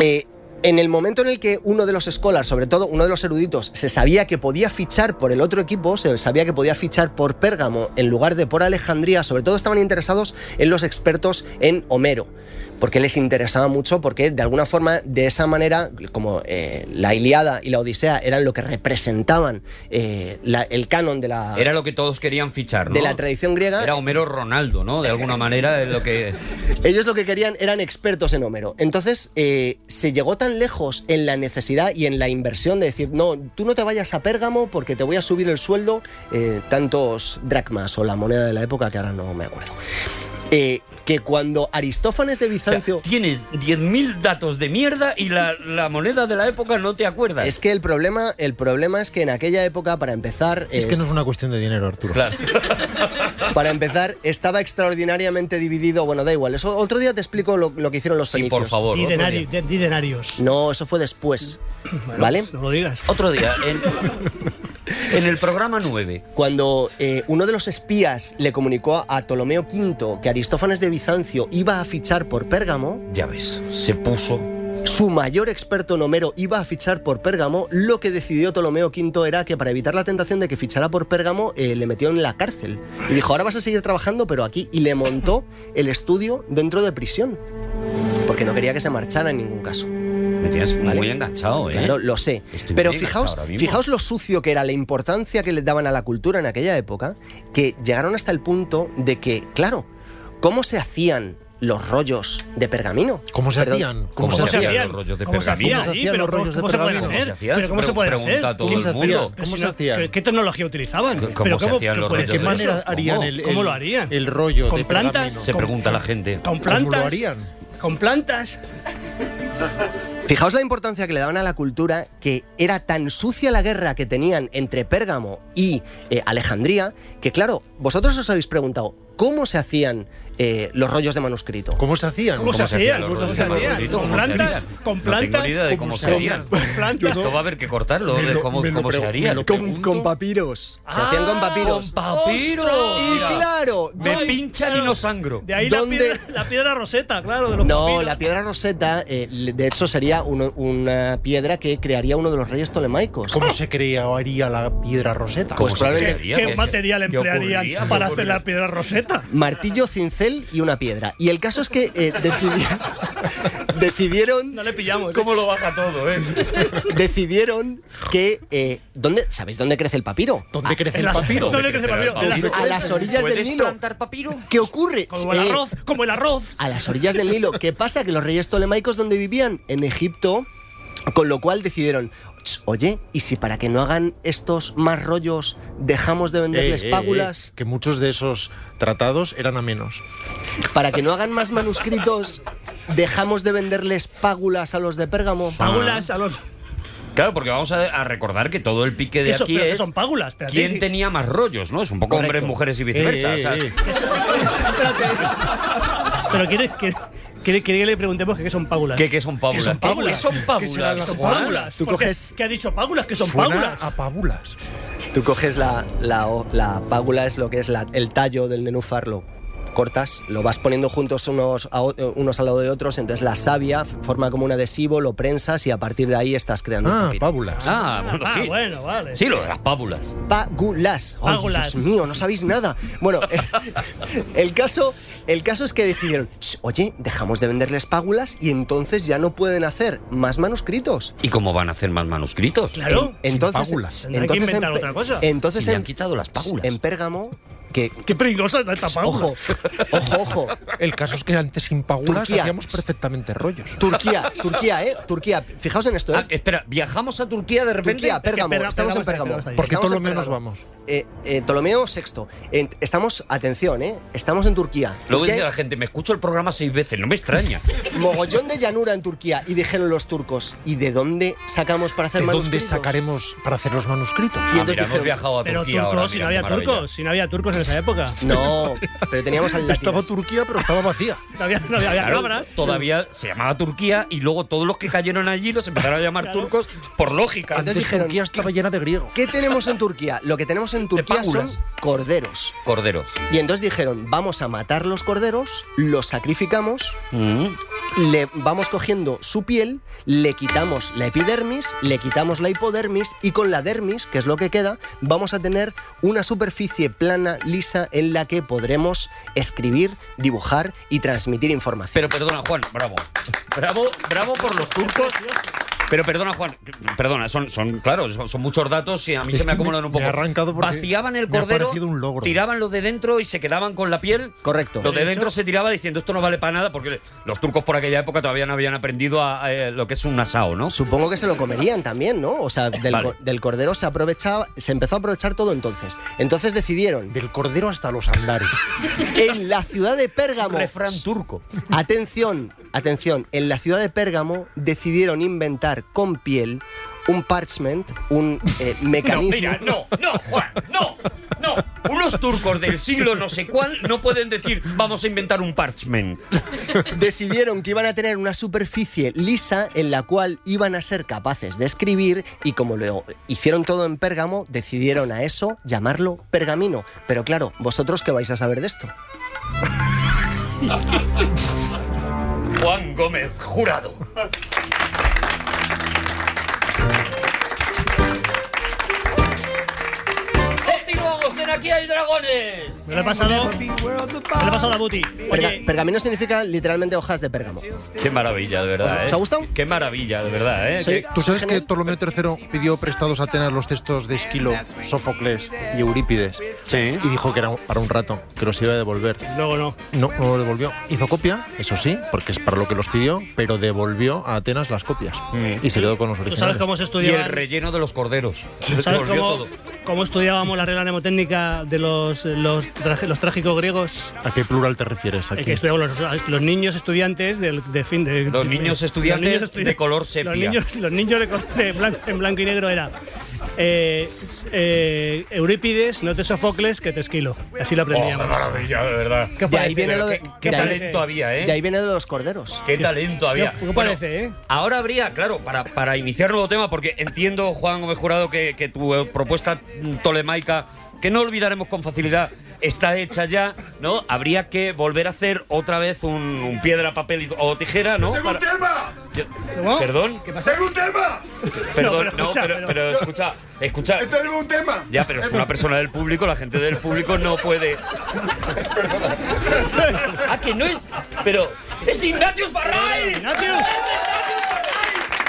Eh, en el momento en el que uno de los scholars, sobre todo uno de los eruditos, se sabía que podía fichar por el otro equipo, se sabía que podía fichar por Pérgamo en lugar de por Alejandría, sobre todo estaban interesados en los expertos en Homero, porque les interesaba mucho, porque de alguna forma, de esa manera, como eh, la Iliada y la Odisea eran lo que representaban eh, la- el canon de la,
Era lo que todos querían fichar, ¿no?
de la tradición griega,
Era Homero Ronaldo, ¿no? De alguna manera es lo que...
Ellos lo que querían eran expertos en Homero. Entonces eh, se llegó tan lejos en la necesidad y en la inversión de decir, no, tú no te vayas a Pérgamo porque te voy a subir el sueldo eh, tantos dracmas o la moneda de la época que ahora no me acuerdo. Eh, que cuando Aristófanes de
O sea,
Bizancio...
tienes 10.000 datos de mierda y la, la moneda de la época no te acuerdas.
es que el problema, el problema es que en aquella época, para empezar,
Es que no es una cuestión de dinero, Arturo.
Claro.
para empezar, estaba extraordinariamente dividido. Bueno, da igual. Eso, otro día te explico lo, lo que hicieron los
Sí,
fenicios.
por favor.
Di,
otro
denari-
día.
de- di denarios.
No, eso fue después.
Bueno,
¿Vale?
pues no lo digas.
Otro día, en, en el programa 9.
Cuando eh, uno de los espías le comunicó a Ptolomeo V que Aristófanes de Bizancio iba a fichar por Pérgamo,
Ya ves, se puso...
su mayor experto en Homero iba a fichar por Pérgamo, lo que decidió Ptolomeo V era que para evitar la tentación de que fichara por Pérgamo, eh, le metió en la cárcel. Y dijo, ahora vas a seguir trabajando, pero aquí. Y le montó el estudio dentro de prisión, porque no quería que se marchara en ningún caso.
Me tienes
Vale.
muy enganchado, ¿eh?
Claro, lo sé.
Estoy
Pero
muy enganchado
fijaos,
ahora mismo.
fijaos lo sucio que era, la importancia que le daban a la cultura en aquella época, que llegaron hasta el punto de que, claro, ¿cómo se hacían los rollos de pergamino?
¿Cómo se
Perdón,
hacían?
¿Cómo se hacían
hacían?
los rollos de
¿Cómo se
pergamino?
hacían
¿Cómo se
allí?
hacían
Pero
los rollos de
¿Cómo se pueden
¿Cómo se
pergamino?
hacer?
hacían?
¿Pero cómo
Pre-
se pueden
pregunta
hacer?
a todo
¿Quién
el
se hacía?
mundo.
Pero
¿Cómo
si
se
no-
hacían?
¿Qué, qué tecnología utilizaban?
¿Cómo
¿Pero
se hacían los
puede-
¿De
rollos
qué
de
manera
eso?
harían
¿Cómo?
el,
¿Cómo
el-
lo harían?
el rollo
¿Con
de
plantas?
pergamino?
Se pregunta la gente.
¿Con
¿Cómo
plantas?
lo harían?
¿Con plantas?
Fijaos la importancia que le daban a la cultura, que era tan sucia la guerra que tenían entre Pérgamo y eh, Alejandría, que claro, vosotros os habéis preguntado, ¿cómo se hacían eh, los rollos de manuscrito?
¿Cómo se hacían?
¿Cómo, se hacían?
los
¿Cómo
rollos
se
de
hacían?
manuscrito?
¿Con
¿Cómo se
plantas?
hacían?
¿Con
No tengo ni idea
plantas?
de cómo se harían.
¿Con plantas?
Esto va a haber que cortarlo, de
lo-
cómo,
me lo
cómo se
pregun-
haría.
me lo
Con,
pregunto.
con papiros. Se hacían con papiros.
¡Con papiro!
y
Mira,
claro,
Me
¿dónde-
pinchan y no sangro.
De ahí la
¿Dónde-
piedra, la piedra roseta, claro, de los
No,
papiros.
la piedra roseta, eh, le- de hecho, sería uno- una piedra que crearía uno de los reyes tolemaicos.
¿Cómo se crearía la piedra roseta?
¿Cómo
Pues
se
probablemente-
¿Qué,
crearía?
qué
¿Qué-
material
qué
emplearían
ocurría? ¿Qué
para hacer
ocurría?
la piedra roseta?
Martillo, cincel y una piedra. Y el caso es que eh, decidieron, decidieron,
No le pillamos. ¿eh?
¿Cómo lo baja todo, eh?
decidieron que eh, ¿dónde, ¿sabéis dónde crece el papiro? Ah,
¿Dónde crece
En
el
las-
papiro? Eh,
¿Dónde crece el papiro? En las-
A las orillas del
¿Puedes
Nilo.
plantar papiro?
¿Qué ocurre?
Como el
Eh,
arroz, como el arroz.
a las orillas del Nilo. ¿Qué pasa? Que los reyes tolemaicos, ¿dónde vivían? En Egipto, con lo cual decidieron, "Ch, oye, ¿y si para que no hagan estos más rollos dejamos de
Eh,
venderles
eh, eh,
pábulas?
que muchos de esos tratados eran a menos.
Para que no hagan más manuscritos, dejamos de venderles págulas a los de Pérgamo.
Págulas a los.
Claro, porque vamos a, a recordar que todo el pique de
Eso,
aquí
pero que
es
son págulas. Espérate,
quién
sí.
tenía más rollos, ¿no? Es un poco hombres,
Correcto.
mujeres y viceversa.
Eh, eh,
o sea,
eh.
Pero quieres que, quiere- quiere que le preguntemos que qué son págulas.
¿Qué, qué son pábulas?
son pábulas?
¿Qué son
¿Qué serán
pábulas?
las
Son
Juana,
pábulas.
tú
¿Por qué?
coges-
¿Qué ha dicho págulas? Que son
Suena
pábulas.
a pábulas.
Tú coges la, la, ho- la págula, es lo que es la- el tallo del nenúfar, lo cortas, lo vas poniendo juntos unos, a o- eh, unos al lado de otros, entonces la savia f- forma como un adhesivo, lo prensas y a partir de ahí estás creando un
Ah,
papiro.
pábulas.
Ah, bueno,
Ah,
sí.
bueno, vale.
Sí, lo de las pábulas.
Págulas. Ay,
Págulas.
Dios mío, no sabéis nada. Bueno, el caso, el caso es que decidieron, "Ch, oye, dejamos de venderles págulas y entonces ya no pueden hacer más manuscritos.
¿Y cómo van a hacer más manuscritos?
Claro.
En- entonces,
págulas.
Tendrán que inventar
Pe-
otra cosa.
Entonces
Si le
en-
han quitado las pábulas.
en Pérgamo, que
Qué pringosa está esta pábula.
Ojo, ojo, ojo.
El caso es que antes sin pábulas
Turquía.
hacíamos perfectamente rollos.
Turquía, Turquía, ¿eh? Turquía. Fijaos en esto,
Ah,
¿eh?
espera, viajamos a Turquía de repente.
Turquía, Pérgamo.
Perga-
estamos en
Pérgamo
Pérgamo.
está ahí.
Porque
Estamos
todo
en
lo menos
Pérgamo.
vamos.
Eh, eh, Ptolomeo VI. En- estamos, atención, ¿eh? Estamos en Turquía.
Luego
Turquía
dice la gente, me escucho el programa seis veces, no me extraña.
hay mogollón de llanura en Turquía. Y dijeron los turcos, ¿y de dónde sacamos para hacer
¿De dónde
manuscritos?
sacaremos para hacer los manuscritos?
Y
Ah,
entonces
mira, hemos
dijeron,
viajado a
Pero
Turquía
turcos,
ahora.
si
mira,
no había
qué maravilla.
turcos, si no había turcos en esa época.
No, pero teníamos al
Estaba Turquía, pero estaba vacía.
No había, no había
Claro,
cabras.
todavía se llamaba Turquía y luego todos los que cayeron allí los empezaron a llamar
Claro.
turcos por lógica.
Antes
dijeron-
Turquía estaba llena de griego.
¿Qué tenemos en Turquía? Lo que tenemos en Turquía son
págulas.
corderos.
Corderos.
Y entonces dijeron, vamos a matar los corderos, los sacrificamos le vamos cogiendo su piel, le quitamos la epidermis, le quitamos la hipodermis y con la dermis, que es lo que queda, vamos a tener una superficie plana, lisa, en la que podremos escribir, dibujar y transmitir información.
Pero perdona, Juan, bravo. Bravo, bravo por los turcos. Pero perdona, Juan, perdona, son, son claro, son, son muchos datos y a mí
Es
se me
que
acumulan
me-
un poco.
me ha arrancado porque
Vaciaban el
me ha
cordero,
parecido un logro.
tiraban los de dentro y se quedaban con la piel.
Correcto.
Los de dentro se tiraba diciendo esto no vale para nada porque los turcos por aquella época todavía no habían aprendido a, a, eh, lo que es un asado, ¿no?
Supongo que se lo comerían también, ¿no? O sea, del,
Vale.
co- del cordero se aprovechaba, se empezó a aprovechar todo entonces. Entonces decidieron,
Del cordero hasta los andares.
en la ciudad de Pérgamo,
Refrán turco.
Atención, atención, en la ciudad de Pérgamo decidieron inventar con piel un parchment, un eh,
No,
mecanismo.
mira, no, no, Juan, no, no. Unos turcos del siglo no sé cuál no pueden decir vamos a inventar un parchment.
Decidieron que iban a tener una superficie lisa en la cual iban a ser capaces de escribir y como lo hicieron todo en Pérgamo, decidieron a eso llamarlo pergamino. Pero claro, vosotros qué vais a saber de esto.
Juan Gómez Jurado. Continuamos en Aquí hay dragones.
Me lo he pasado, me lo he pasado a Buti.
Perga-
Oye,
pergamino significa literalmente hojas de pérgamo.
Qué maravilla, de verdad, ¿eh?
¿Os ha gustado?
Qué maravilla, de verdad, ¿eh?
Sí.
Qué-
Ah,
¿Tú sabes que
Genial.
Ptolomeo III pidió prestados a Atenas los textos de Esquilo, Sófocles y Eurípides?
Sí.
Y dijo que era para un rato, que los iba a devolver.
luego no.
No, no lo devolvió. Hizo copia, eso sí, porque es para lo que los pidió, pero devolvió a Atenas las copias. Y se quedó con los
¿Tú
originales.
sabes cómo
Y
se
el
estudiaba?
relleno de los corderos.
¿Sabes
Volvió
cómo,
todo.
cómo estudiábamos la regla mnemotécnica de los, los, traje- los trágicos griegos?
¿A qué plural te refieres aquí?
Eh, que estudiamos los, los niños estudiantes del de fin de.
Los
de-
niños estudiantes
estudi-
de color sepia.
Los niños, los niños de color de blanco, en blanco y negro era. eh, eh, Eurípides, no te Sofocles, que te esquilo. Así lo
Oh, qué
aprendíamos.
maravilla, de verdad.
¿Qué
De ahí
parece?
viene lo de-
¿Qué-
Qué
qué
de ahí-
parece?
talento había, ¿eh?
De ahí viene de los corderos.
Qué talento había.
¿Qué- qué parece, eh?
Ahora habría, claro, para, para iniciar nuevo tema, porque entiendo, Juan Gómez Jurado, que, que tu eh, propuesta mm, tolemaica, que no olvidaremos con facilidad, está hecha ya, ¿no? Habría que volver a hacer otra vez un, un piedra, papel y- o tijera, ¿no? Para- Yo-
¿Cómo?
Perdón,
¿Qué pasa?
perdón,
pero
no,
escucha,
pero,
pero-
pero escucha, escucha.
Tengo este un tema.
Ya, pero es una persona del público, la gente del público no puede. ah, que no es. Pero. ¡Es Ignatius Farray!
Ignatius.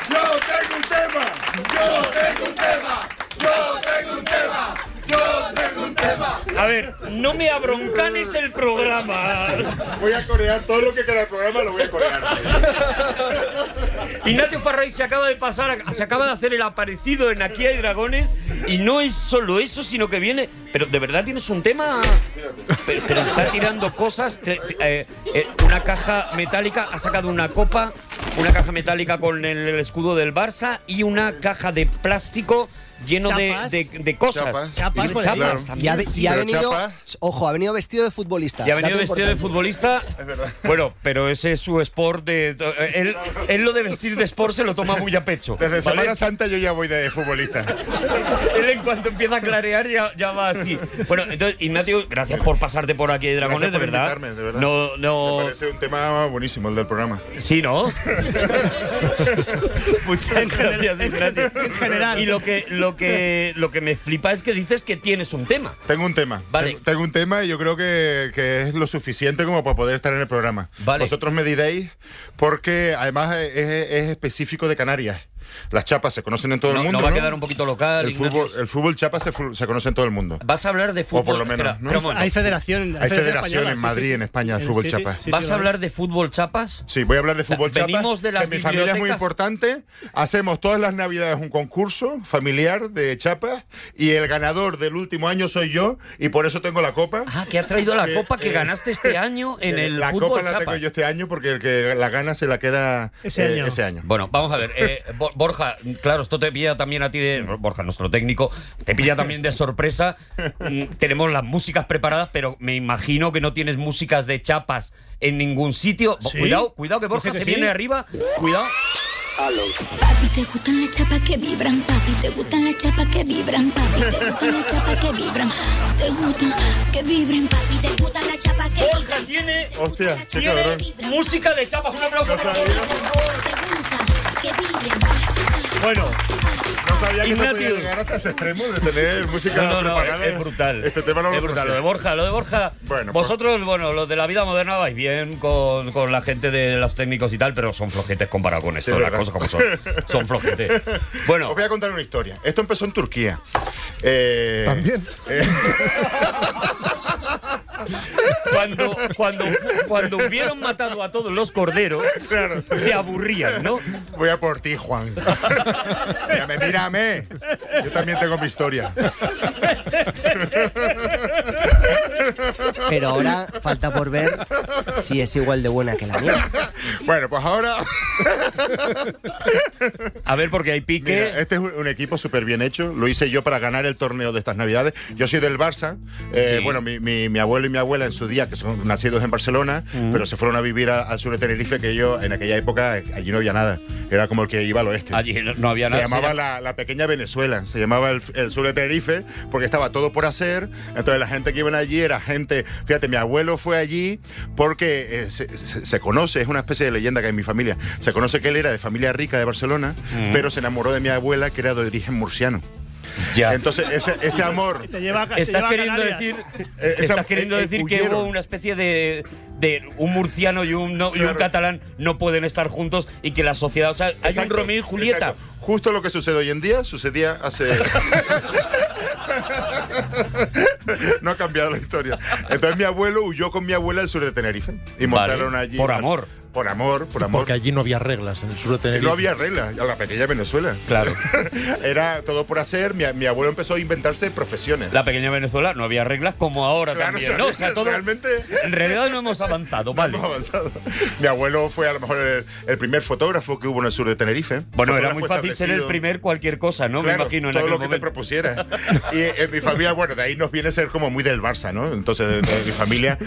Yo tengo un tema. Yo tengo un tema. Yo tengo un tema. Yo tengo un tema.
A ver, no me abroncanes el programa.
Voy a corear todo lo que queda del programa, lo voy a corear.
Ignacio Farray se acaba de pasar, se acaba de hacer el aparecido en Aquí hay dragones y no es solo eso, sino que viene. Pero de verdad tienes un tema. Pero, pero está tirando cosas. te- te- eh, eh, una caja metálica ha sacado una copa, una caja metálica con el, el escudo del Barça y una caja de plástico lleno de,
Chapas.
de- de cosas.
Chapas.
Chapas,
Y
por
chapas
ejemplo.
también,
Y ha, ve-
sí.
y ha
pero
venido.
chapa.
Ojo, ha venido vestido de futbolista.
Y ha venido
Dato
vestido de futbolista.
importante.
Bueno, pero ese es su sport de. eh, Él, él lo de vestir de sport se lo toma muy a pecho. ¿vale?
Desde Semana Santa yo ya voy de futbolista.
Él en cuanto empieza a clarear ya, ya va así. Bueno, entonces, Ignacio, gracias por pasarte por aquí, Dragones,
Gracias por
de, verdad.
invitarme, de verdad.
No,
Me
no.
parece un tema buenísimo el del programa.
Sí, ¿no? Muchas gracias, Ignacio.
en general.
Y lo que, lo, que, lo que me flipa es que dices que tienes un tema.
Tengo un tema.
Vale.
Tengo, tengo un tema y yo creo que, que es lo suficiente como para poder estar en el programa.
Vale.
Vosotros me diréis, porque además es, es específico de Canarias. Las chapas se conocen en todo
No,
el
no
mundo.
va a quedar un poquito local,
El fútbol,
Ignacio.
el fútbol chapa se, fu- se conoce en todo el mundo.
Vas a hablar de fútbol.
por lo menos,
espera,
¿no?
espera un momento.
Hay federación.
Hay
federación
federación
española,
en
sí,
Madrid,
sí, sí.
en España, de
Sí,
fútbol
Eh, sí,
chapa.
sí, sí,
¿Vas
sí,
a
lo-
hablar de fútbol chapas?
Sí, voy a hablar de fútbol chapa.
venimos de las
que mi familia es muy
bibliotecas.
importante. Hacemos todas las navidades un concurso familiar de chapas y el ganador del último año soy yo y por eso tengo la copa.
Ah, que ha traído la
Eh,
copa que
eh,
ganaste este año en
Eh,
el
la
fútbol
copa la
chapa.
tengo yo este año porque el que la gana se la queda
Ese
eh,
año.
ese año.
Bueno, vamos a ver. eh, Bo- Borja, claro, esto te pilla también a ti de. Borja, nuestro técnico, te pilla también de sorpresa. Mm, Tenemos las músicas preparadas, pero me imagino que no tienes músicas de chapas en ningún sitio. Bo-
Sí.
Cuidado, cuidado, que Borja
Dice que
se
sí.
viene arriba. Cuidado.
Papi, te gustan las chapas que vibran, papi, te gustan las chapas que vibran, papi, te gustan las chapas que vibran, te gustan que vibren, papi, te gustan las chapas que vibran.
Borja tiene
Hostia, qué
tiene
cabrón.
música de chapas. Un aplauso.
No sabía,
Bueno,
no sabía que se podía
Ignatius.
llegar hasta ese extremo de tener música
No, no, no, es,
preparada.
es brutal.
Este tema no
es
lo
brutal. Lo de
conocía.
Borja, lo de Borja.
Bueno, pues-
vosotros, bueno, los de la vida moderna vais bien con, con la gente de los técnicos y tal, pero son flojetes comparado con esto,
Sí,
las
verdad.
cosas como son. Son flojetes. Bueno,
Os voy a contar una historia. Esto empezó en Turquía. Eh,
También.
cuando, cuando, cuando hubieron matado a todos los corderos,
Claro.
se aburrían, ¿no?
Voy a por ti, Juan. mírame, mírame. Yo también tengo mi historia.
Pero ahora falta por ver si es igual de buena que la mía.
Bueno, pues ahora.
A ver, porque hay pique.
Mira, este es un un equipo súper bien hecho. Lo hice yo para ganar el torneo de estas Navidades. Yo soy del Barça. Eh,
Sí.
Bueno, mi, mi- mi abuelo y mi abuela en su día, que son nacidos en Barcelona,
Mm.
pero se fueron a vivir a- al sur de Tenerife, que yo en aquella época eh, allí no había nada. Era como el que iba al oeste.
Allí no- no había
se
nada.
llamaba la, la pequeña Venezuela, se llamaba el, el sur de Tenerife, porque estaba todo por hacer. Entonces la gente que iban allí era gente, fíjate, mi abuelo fue allí porque eh, se, se- se conoce, es una especie de leyenda que hay en mi familia, se conoce que él era de familia rica de Barcelona, pero se enamoró de mi abuela que era de origen murciano.
Ya.
Entonces, ese, ese amor.
Te lleva, te lleva
Estás
a
queriendo
Canarias.
decir,
Eh, esa-
estás queriendo
eh, eh,
decir que
huyeron.
hubo una especie de, de un murciano y un, no- y un
Claro.
catalán no pueden estar juntos y que la sociedad, o sea, hay
Exacto,
un Romeo y Julieta.
exacto. Justo lo que sucede hoy en día sucedía hace. no ha cambiado la historia. Entonces mi abuelo huyó con mi abuela al sur de Tenerife y montaron allí.
por amor.
Por amor, por amor.
Porque allí no había reglas en el sur de
Que
Tenerife.
no había reglas, a la pequeña Venezuela.
Claro.
Era todo por hacer. Mi, mi abuelo empezó a inventarse profesiones.
La pequeña Venezuela no había reglas como ahora
Claro,
también, ¿no? O sea, todo-
realmente-
En realidad no hemos avanzado, vale.
Hemos avanzado. Mi abuelo fue a lo mejor el, el primer fotógrafo que hubo en el sur de Tenerife.
Bueno, era
Fotógrafo
muy fácil ser el
establecido.
primer cualquier cosa, ¿no?
Claro,
Me imagino en
todo
aquel
lo que te
momento.
propusiera. Y en mi familia, bueno, de ahí nos viene ser como muy del Barça, ¿no? Entonces, de, de mi familia,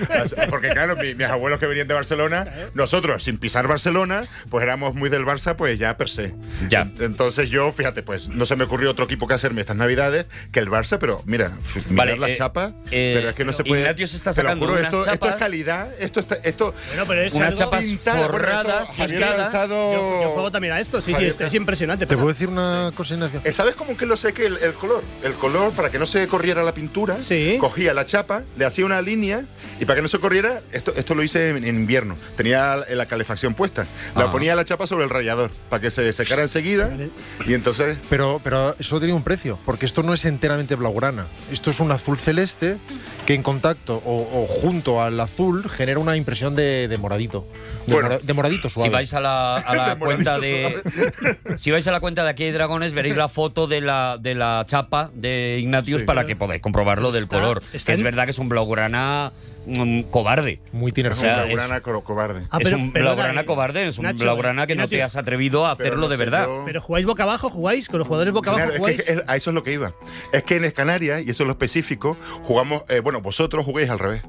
porque claro, mi- mis abuelos que venían de Barcelona, nosotros sin pisar Barcelona, pues éramos muy del Barça, pues ya per se.
Ya.
En- Entonces yo, fíjate, pues no se me ocurrió otro equipo que hacerme estas Navidades que el Barça, pero mira, f- mirar
Vale,
la
eh,
chapa,
eh,
pero es que no se puede.
Ignacio se está
Te lo
sacando
juro,
unas
esto, esto es
chapas.
calidad, esto está, esto
Bueno, pero es
Unas
algo-
chapas
pintada, bueno, esto
forradas,
Javier
pintadas.
Lanzado-
Yo, yo juego también a esto, sí, sí,
Javier,
es,
te-
es impresionante.
¿Te puedo decir una cosa, Ignacio?
Eh, ¿Sabes cómo que lo sequé el, el color? El color, para que no se corriera la pintura,
Sí.
cogía la chapa, le hacía una línea y para que no se corriera, esto, esto lo hice en, en invierno. Tenía la, la calefacción puesta. La
Ah.
ponía la chapa sobre el rallador para que se secara enseguida y entonces.
Pero, pero eso tiene un precio, porque esto no es enteramente blaugrana. Esto es un azul celeste que en contacto o, o junto al azul genera una impresión de, de moradito. De,
Bueno.
mora- de moradito suave.
Si vais a la, a la
De
cuenta de
moradito
si vais a la cuenta de aquí hay dragones veréis la foto de la de la chapa de Ignatius
Sí.
para que podáis comprobarlo del
Está-
color.
está
que es
en-
verdad que es un blaugrana mm, cobarde.
Muy
Es
tinerfeño.
sea,
una blaugrana co- cobarde.
Ah,
es
pero-
un
perdona,
blaugrana
eh,
cobarde, es un
Nacho,
blaugrana que no
Ignacio,
te has atrevido a
Pero
hacerlo
no
de
sé,
verdad.
yo-
Pero jugáis boca abajo, jugáis con los jugadores boca
Claro,
abajo,
es que
jugáis.
es- a eso es lo que iba. Es que en Canarias, y eso es lo específico, jugamos, eh, bueno, vosotros juguéis al revés.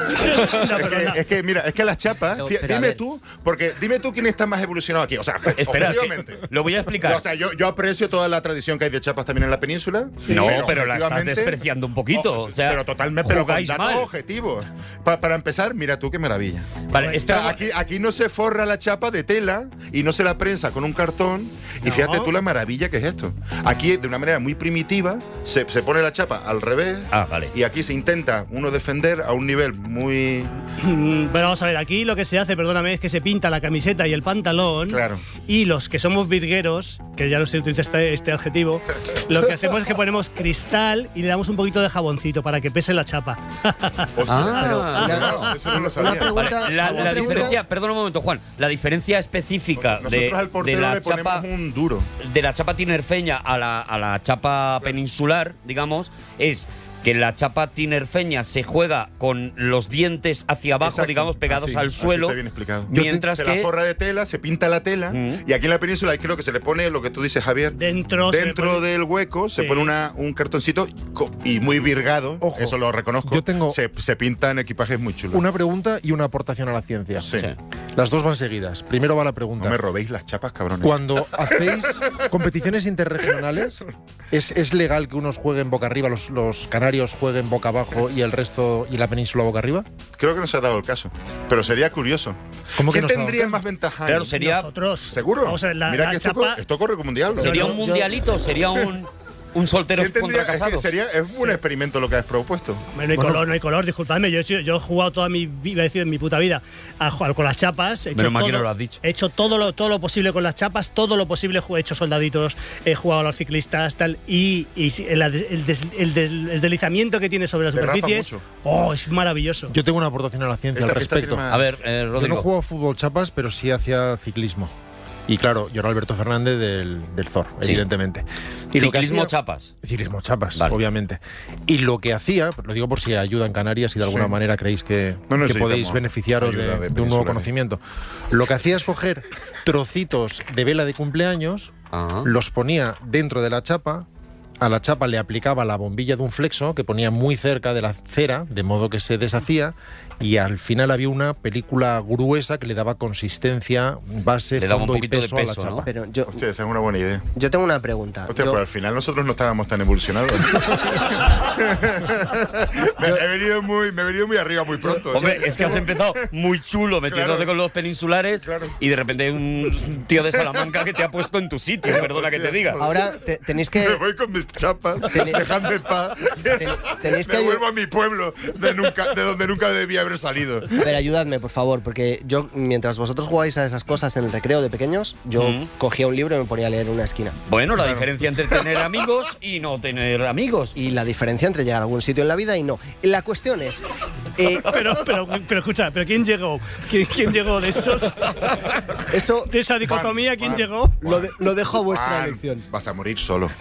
No,
es,
perdona.
que, es que, mira, es que las chapas,
No,
fija-
pero a
dime
ver.
tú, porque dime tú quién está más evolucionado aquí. O sea,
Espera,
objetivamente.
que- lo voy a explicar.
O sea, yo, yo aprecio toda la tradición que hay de chapas también en la península.
No, pero la estás
objetivamente-
despreciando un poquito, o sea,
pero totalmente, pero con
jugáis
datos
mal.
objetivos. Pa- para empezar, mira tú qué maravilla.
Vale,
O
esto-
sea, aquí, aquí no se forra la chapa de tela y no se la prensa con un cartón. Y
No.
fíjate tú la maravilla que es esto. Aquí, de una manera muy primitiva, se, se pone la chapa al revés.
Ah, vale.
Y aquí se intenta uno defender a un nivel muy.
Mm, Pero vamos a ver, aquí lo que se hace, perdóname, es que se pinta la camiseta y el
Mm.
pantalón.
Claro.
Y los que somos virgueros, que ya no se utiliza este, este adjetivo, lo que hacemos es que ponemos cristal y le damos un poquito de jaboncito para que pese la chapa.
Ah,
pero-
claro.
Claro, eso no lo
Una
sabía.
pregunta-
Vale, la,
¿Alguna
la
pregunta?
diferencia, perdón un momento, Juan, la diferencia específica
Nosotros
de,
al
de
portero
la
le ponemos
chapa
un duro.
de la chapa tinerfeña a la, a la chapa peninsular, digamos, es que la chapa tinerfeña se juega con los dientes hacia abajo,
Exacto,
digamos, pegados
así,
al
así
suelo.
está bien explicado.
Mientras
se
que-
la forra de tela, se pinta la tela
Mm.
y aquí en la península creo que se le pone lo que tú dices, Javier.
Dentro, se le
Dentro
pone-
del hueco se
Sí.
pone una, un cartoncito co- y muy virgado,
Ojo,
eso lo reconozco.
yo tengo-
se, se pintan equipajes muy chulos.
Una pregunta y una aportación a la ciencia.
Sí.
Las dos van seguidas. Primero va la pregunta.
No me robéis las chapas, cabrones.
Cuando hacéis competiciones interregionales, ¿es, es legal que unos jueguen boca arriba, los, los canarios jueguen boca abajo y el resto y la península boca arriba?
Creo que no se ha dado el caso, pero sería curioso.
¿Cómo que
¿Quién
no se ha dado
tendría
el
más ventaja? ahí?
Claro, sería,
Nosotros.
¿Seguro?
Vamos a ver, la,
Mira
la
que esto,
chapa.
co- esto corre como un diablo.
sería
no,
un
yo-
mundialito, sería un, un soltero
¿Quién tendría-
contra
es que
casados.
sería, es un experimento lo que has propuesto.
Hombre, no hay
Bueno.
color, no hay color, disculpadme. Yo, he sido- yo he jugado toda mi vida, iba a decir, en mi puta vida, a jugar con las chapas. He hecho
Menos mal que
todo-
no lo has dicho.
He hecho todo lo, todo lo posible con las chapas, todo lo posible. He hecho soldaditos, he jugado a los ciclistas, tal. Y, y si- el, des- el des- el des- el deslizamiento que tiene sobre las
Derrapa
superficies.
mucho.
Oh, es maravilloso.
Yo tengo una aportación a la ciencia al
Esta fiesta
respecto.
tiene más-
A ver, eh,
Yo no
Rodrigo.
juego a fútbol chapas, pero sí hacia ciclismo. Y claro, yo era Alberto Fernández del, del Zor,
Sí.
evidentemente. Y lo que
Ciclismo
hacía-
chapas.
Ciclismo chapas,
Vale.
obviamente. Y lo que hacía, lo digo por si ayuda en Canarias y de alguna
Sí.
manera creéis que, que
No necesitamos
podéis beneficiaros de,
ayuda de
de un nuevo
peninsulares.
conocimiento. Lo que hacía es coger trocitos de vela de cumpleaños,
Ah.
los ponía dentro de la chapa, a la chapa le aplicaba la bombilla de un flexo que ponía muy cerca de la cera, de modo que se deshacía, y al final había una película gruesa que le daba consistencia, base,
Le daba un
fondo y
poquito de
peso, a la
peso, ¿no?
chapa.
Pero yo,
Hostia, esa es una buena idea.
yo tengo una pregunta.
Hostia,
Yo-
pues al final nosotros no estábamos tan evolucionados. me, he venido muy, me he venido muy arriba muy pronto.
Hombre, es que has empezado muy chulo metiéndote
Claro.
con los peninsulares
Claro.
y de repente hay un tío de Salamanca que te ha puesto en tu sitio, perdona que te diga.
ahora te- tenéis que.
Me voy con mis chapas,
Tenéis-
dejadme en paz.
Ten- tenéis que
Me
ayu-
vuelvo a mi pueblo de, nunca, de donde nunca debía haber salido.
A ver, ayudadme, por favor, porque yo, mientras vosotros jugáis a esas cosas en el recreo de pequeños, yo
Mm.
cogía un libro y me ponía a leer en una esquina.
Bueno, la diferencia entre tener amigos y no tener amigos.
Y la diferencia entre llegar a algún sitio en la vida y no. La cuestión es. eh,
Pero, pero, pero escucha, ¿pero quién llegó? ¿Quién, quién llegó de esos?
eso
De esa dicotomía,
Juan,
¿quién
Juan.
llegó?
lo, de- lo dejo a vuestra
Juan,
elección.
Vas a morir solo.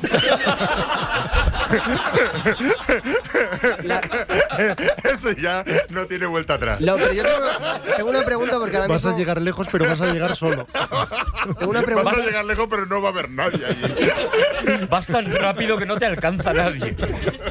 Eso ya no tiene vuelta atrás.
No, pero yo tengo una, tengo una pregunta porque ahora
Vas
mismo.
a llegar lejos, pero vas a llegar solo.
Tengo una pregunta.
Vas a llegar lejos, pero no va a haber nadie allí.
Vas tan rápido que no te alcanza nadie.